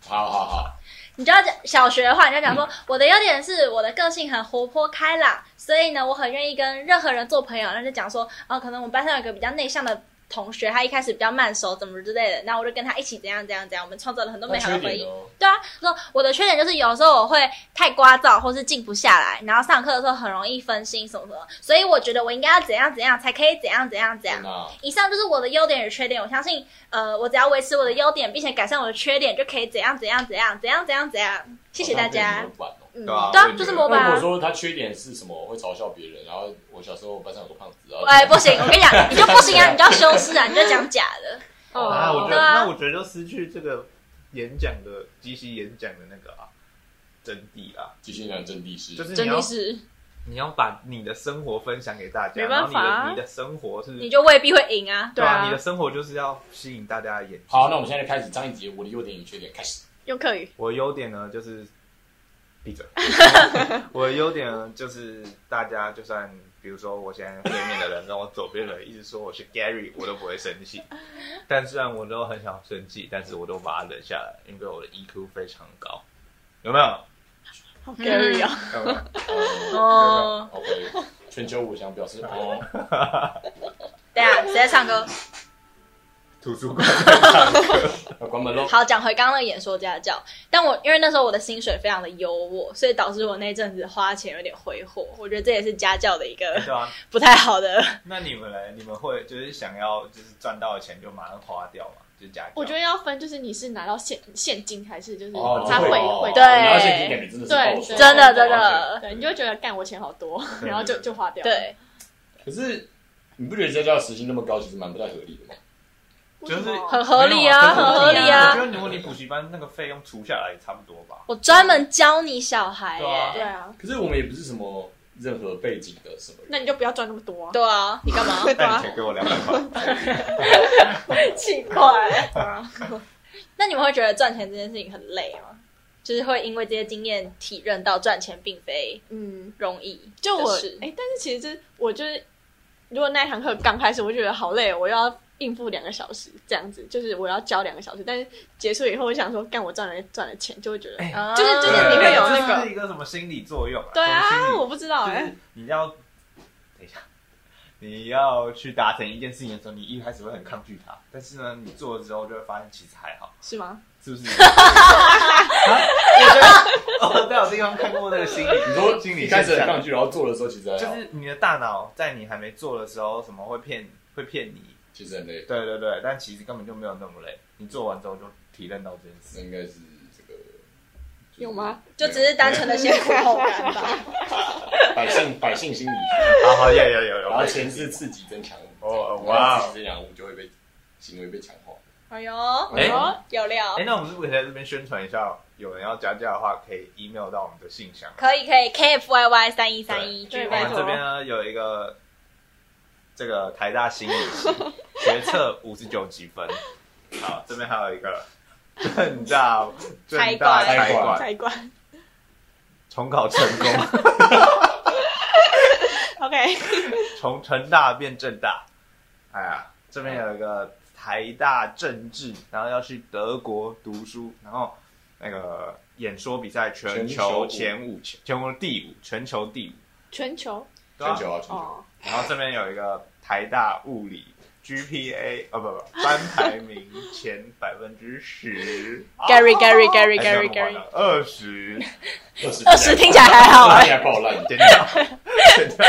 D: 好好好，
B: 你就要讲小学的话，你就要讲说、我的优点是我的个性很活泼开朗，所以呢，我很愿意跟任何人做朋友。那就讲说，哦，可能我们班上有一个比较内向的同学，他一开始比较慢熟，怎么之类的，那我就跟他一起怎样怎样怎样，我们创造了很多
D: 那
B: 美好的
D: 缺
B: 回忆
D: 点。哦，
B: 对啊，说我的缺点就是有时候我会太聒噪，或是静不下来，然后上课的时候很容易分心什么什么，所以我觉得我应该要怎样怎样才可以怎样怎样怎样
D: 天。哪，
B: 以上就是我的优点与缺点，我相信，呃，我只要维持我的优点，并且改善我的缺点，就可以怎样怎样怎样怎样怎样怎样。谢谢大 <laughs> 家。
D: 好像被你们管哦。
B: 嗯，
C: 对啊
B: 对
C: 我
B: 啊
C: 也，觉
B: 就
C: 得
B: 是模板
D: 那如果
B: 啊。
D: 说他缺点是什么，会嘲笑别人。然后我小时候我班上有个胖子，然后
B: 哎，不行，我跟你讲，你就不行啊，你就要修饰啊，你就讲假的。
E: 哦，
C: 啊，我觉得
B: 对啊
C: 那我觉得就失去这个演讲的即席演讲的那个啊真谛啦，
D: 巨星男真的是，
C: 就是你
E: 真
C: 要
E: 的是
C: 你要把你的生活分享给大家，
E: 没
C: 然
E: 办
C: 后你
E: 法啊
C: 的你的生活是
B: 你就未必会赢啊。
C: 对啊，
E: 对啊
C: 你的生活就是要吸引大家的眼睛。
D: 好，那我们现在开始张一杰我的优点与缺点开始。
E: 用客语，
C: 我的优点呢就是闭嘴。 <laughs> 我的优点呢就是大家就算比如说我现在对面的人跟我左边的人一直说我是 Gary，我都不会生气。但虽然我都很想生气，但是我都把它忍下来，因为我的 EQ 非常高。有没有？
E: 好 Gary 哦。
C: 有没 <laughs> 有
B: <laughs> 哦，
D: 哦 OK，全球五强表示哦，
B: 对啊，谁在唱歌？
C: 图书馆
D: 要关门喽。
B: 好，讲回刚刚的演说家教，但我因为那时候我的薪水非常的优渥，所以导致我那阵子花钱有点挥霍。我觉得这也是家教的一个
C: 对啊？
B: 不太好的。
C: 那你们嘞？你们会就是想要就是赚到的钱就马上花掉嘛？就是家教
E: 我觉得要分，就是你是拿到现现金还是就是
D: 哦，
E: 嗯他
D: 会
E: 会
D: 哦
E: 会
B: 对
D: 然后现金感觉真的是
E: 对
D: 爆爽
E: 对
B: 真的真。
D: 哦
B: 的，
E: 对，你就会觉得干我钱好多，
D: 嗯
C: 对
E: 然后就就花掉。，
B: 对，
D: 可是你不觉得家教时薪那么高，其实蛮不太合理的吗？
C: 就是
B: 很合理啊，
C: 没有
B: 很合理啊
C: 我。觉得如果你补习班那个费用除下来也差不多吧。
B: 我专门教你小孩
C: 对啊
E: 对
B: 耶，
E: 啊，
D: 可是我们也不是什么任何背景的什么人。
E: 那你就不要赚那么多啊。
B: 对啊，你干
E: <laughs>
B: 嘛？
C: 那你钱给我两百块。
B: 奇怪。 <laughs> 那你们会觉得赚钱这件事情很累吗？就是会因为这些经验体认到赚钱并非
E: 嗯，
B: 容易的事，
E: 就我哎、但是其实我就是，如果那一堂课刚开始，我就觉得好累哦，我又要应付两个小时这样子，就是我要教两个小时，但是结束以后，我想说，干我赚了赚了钱，就会觉得，
C: 哎
B: 啊
E: 就是就是你会有那个
C: 这是一个什么心理作用啊？
E: 对
C: 什么
E: 啊，
C: 心理
E: 我不知道哎、
C: 就是你要等一下，你要去达成一件事情的时候，你一开始会很抗拒它，但是呢，你做了之后就会发现其实还好，
E: 是吗？
C: 是不是？
E: <laughs>
C: 啊我觉得哦，在我地方看过那个心理，
D: 你说
C: 心
D: 一
C: 理
D: 开
C: 现
D: 始很抗
C: 象，
D: 拒，然后做的时候其实还
C: 就
D: 好
C: 是你的大脑在你还没做的时候，什么会骗会骗你？
D: 其实很累，
C: 对对对，但其实根本就没有那么累。你做完之后就体认到这件
D: 那
C: 事，
D: 应该是这个
E: 有吗？
B: 就只是单纯的先苦后甘吧。
E: <laughs>
D: 百姓百姓心理
C: <laughs>
D: 学。<laughs>
C: 好好，有有有
D: 然后前世刺激增强物，
C: 哦
D: 这样
C: 哇
D: 刺激增强物就会被行为被强化。
B: 哎呦，
D: 哎
E: 哦
B: 有料
C: 哎、，那我们是不是可以在这边宣传一下？有人要加价的话，可以 email 到我们的信箱。
B: 可以可以，kfyy 三一三一，
E: 对
C: 我
E: 拜
C: 们
E: 托
C: 这边呢有一个这个台大心理系学测五十九几分，好，这边还有一个 <laughs> 正大正大
B: 财
C: 财
D: 管
C: 管
E: 才管。
C: 重考成功，
E: OK，
C: 从成大变正大。哎呀，这边有一个台大政治，然后要去德国读书，然后那个演说比赛全
D: 全球
C: 球
D: 五
C: 前五，全国第五，全球第五。
E: 全球
C: 对啊
D: 全球啊，全球，
E: 哦，
C: 然后这边有一个台大物理 GPA 哦不不班排名前百分之十
B: Gary Gary Gary
C: 二十，
D: 二十
B: 哦二十听起来还好
D: 二
B: 哎
E: 哦
D: 十，还爆烂，
C: <laughs> 剪掉，剪掉，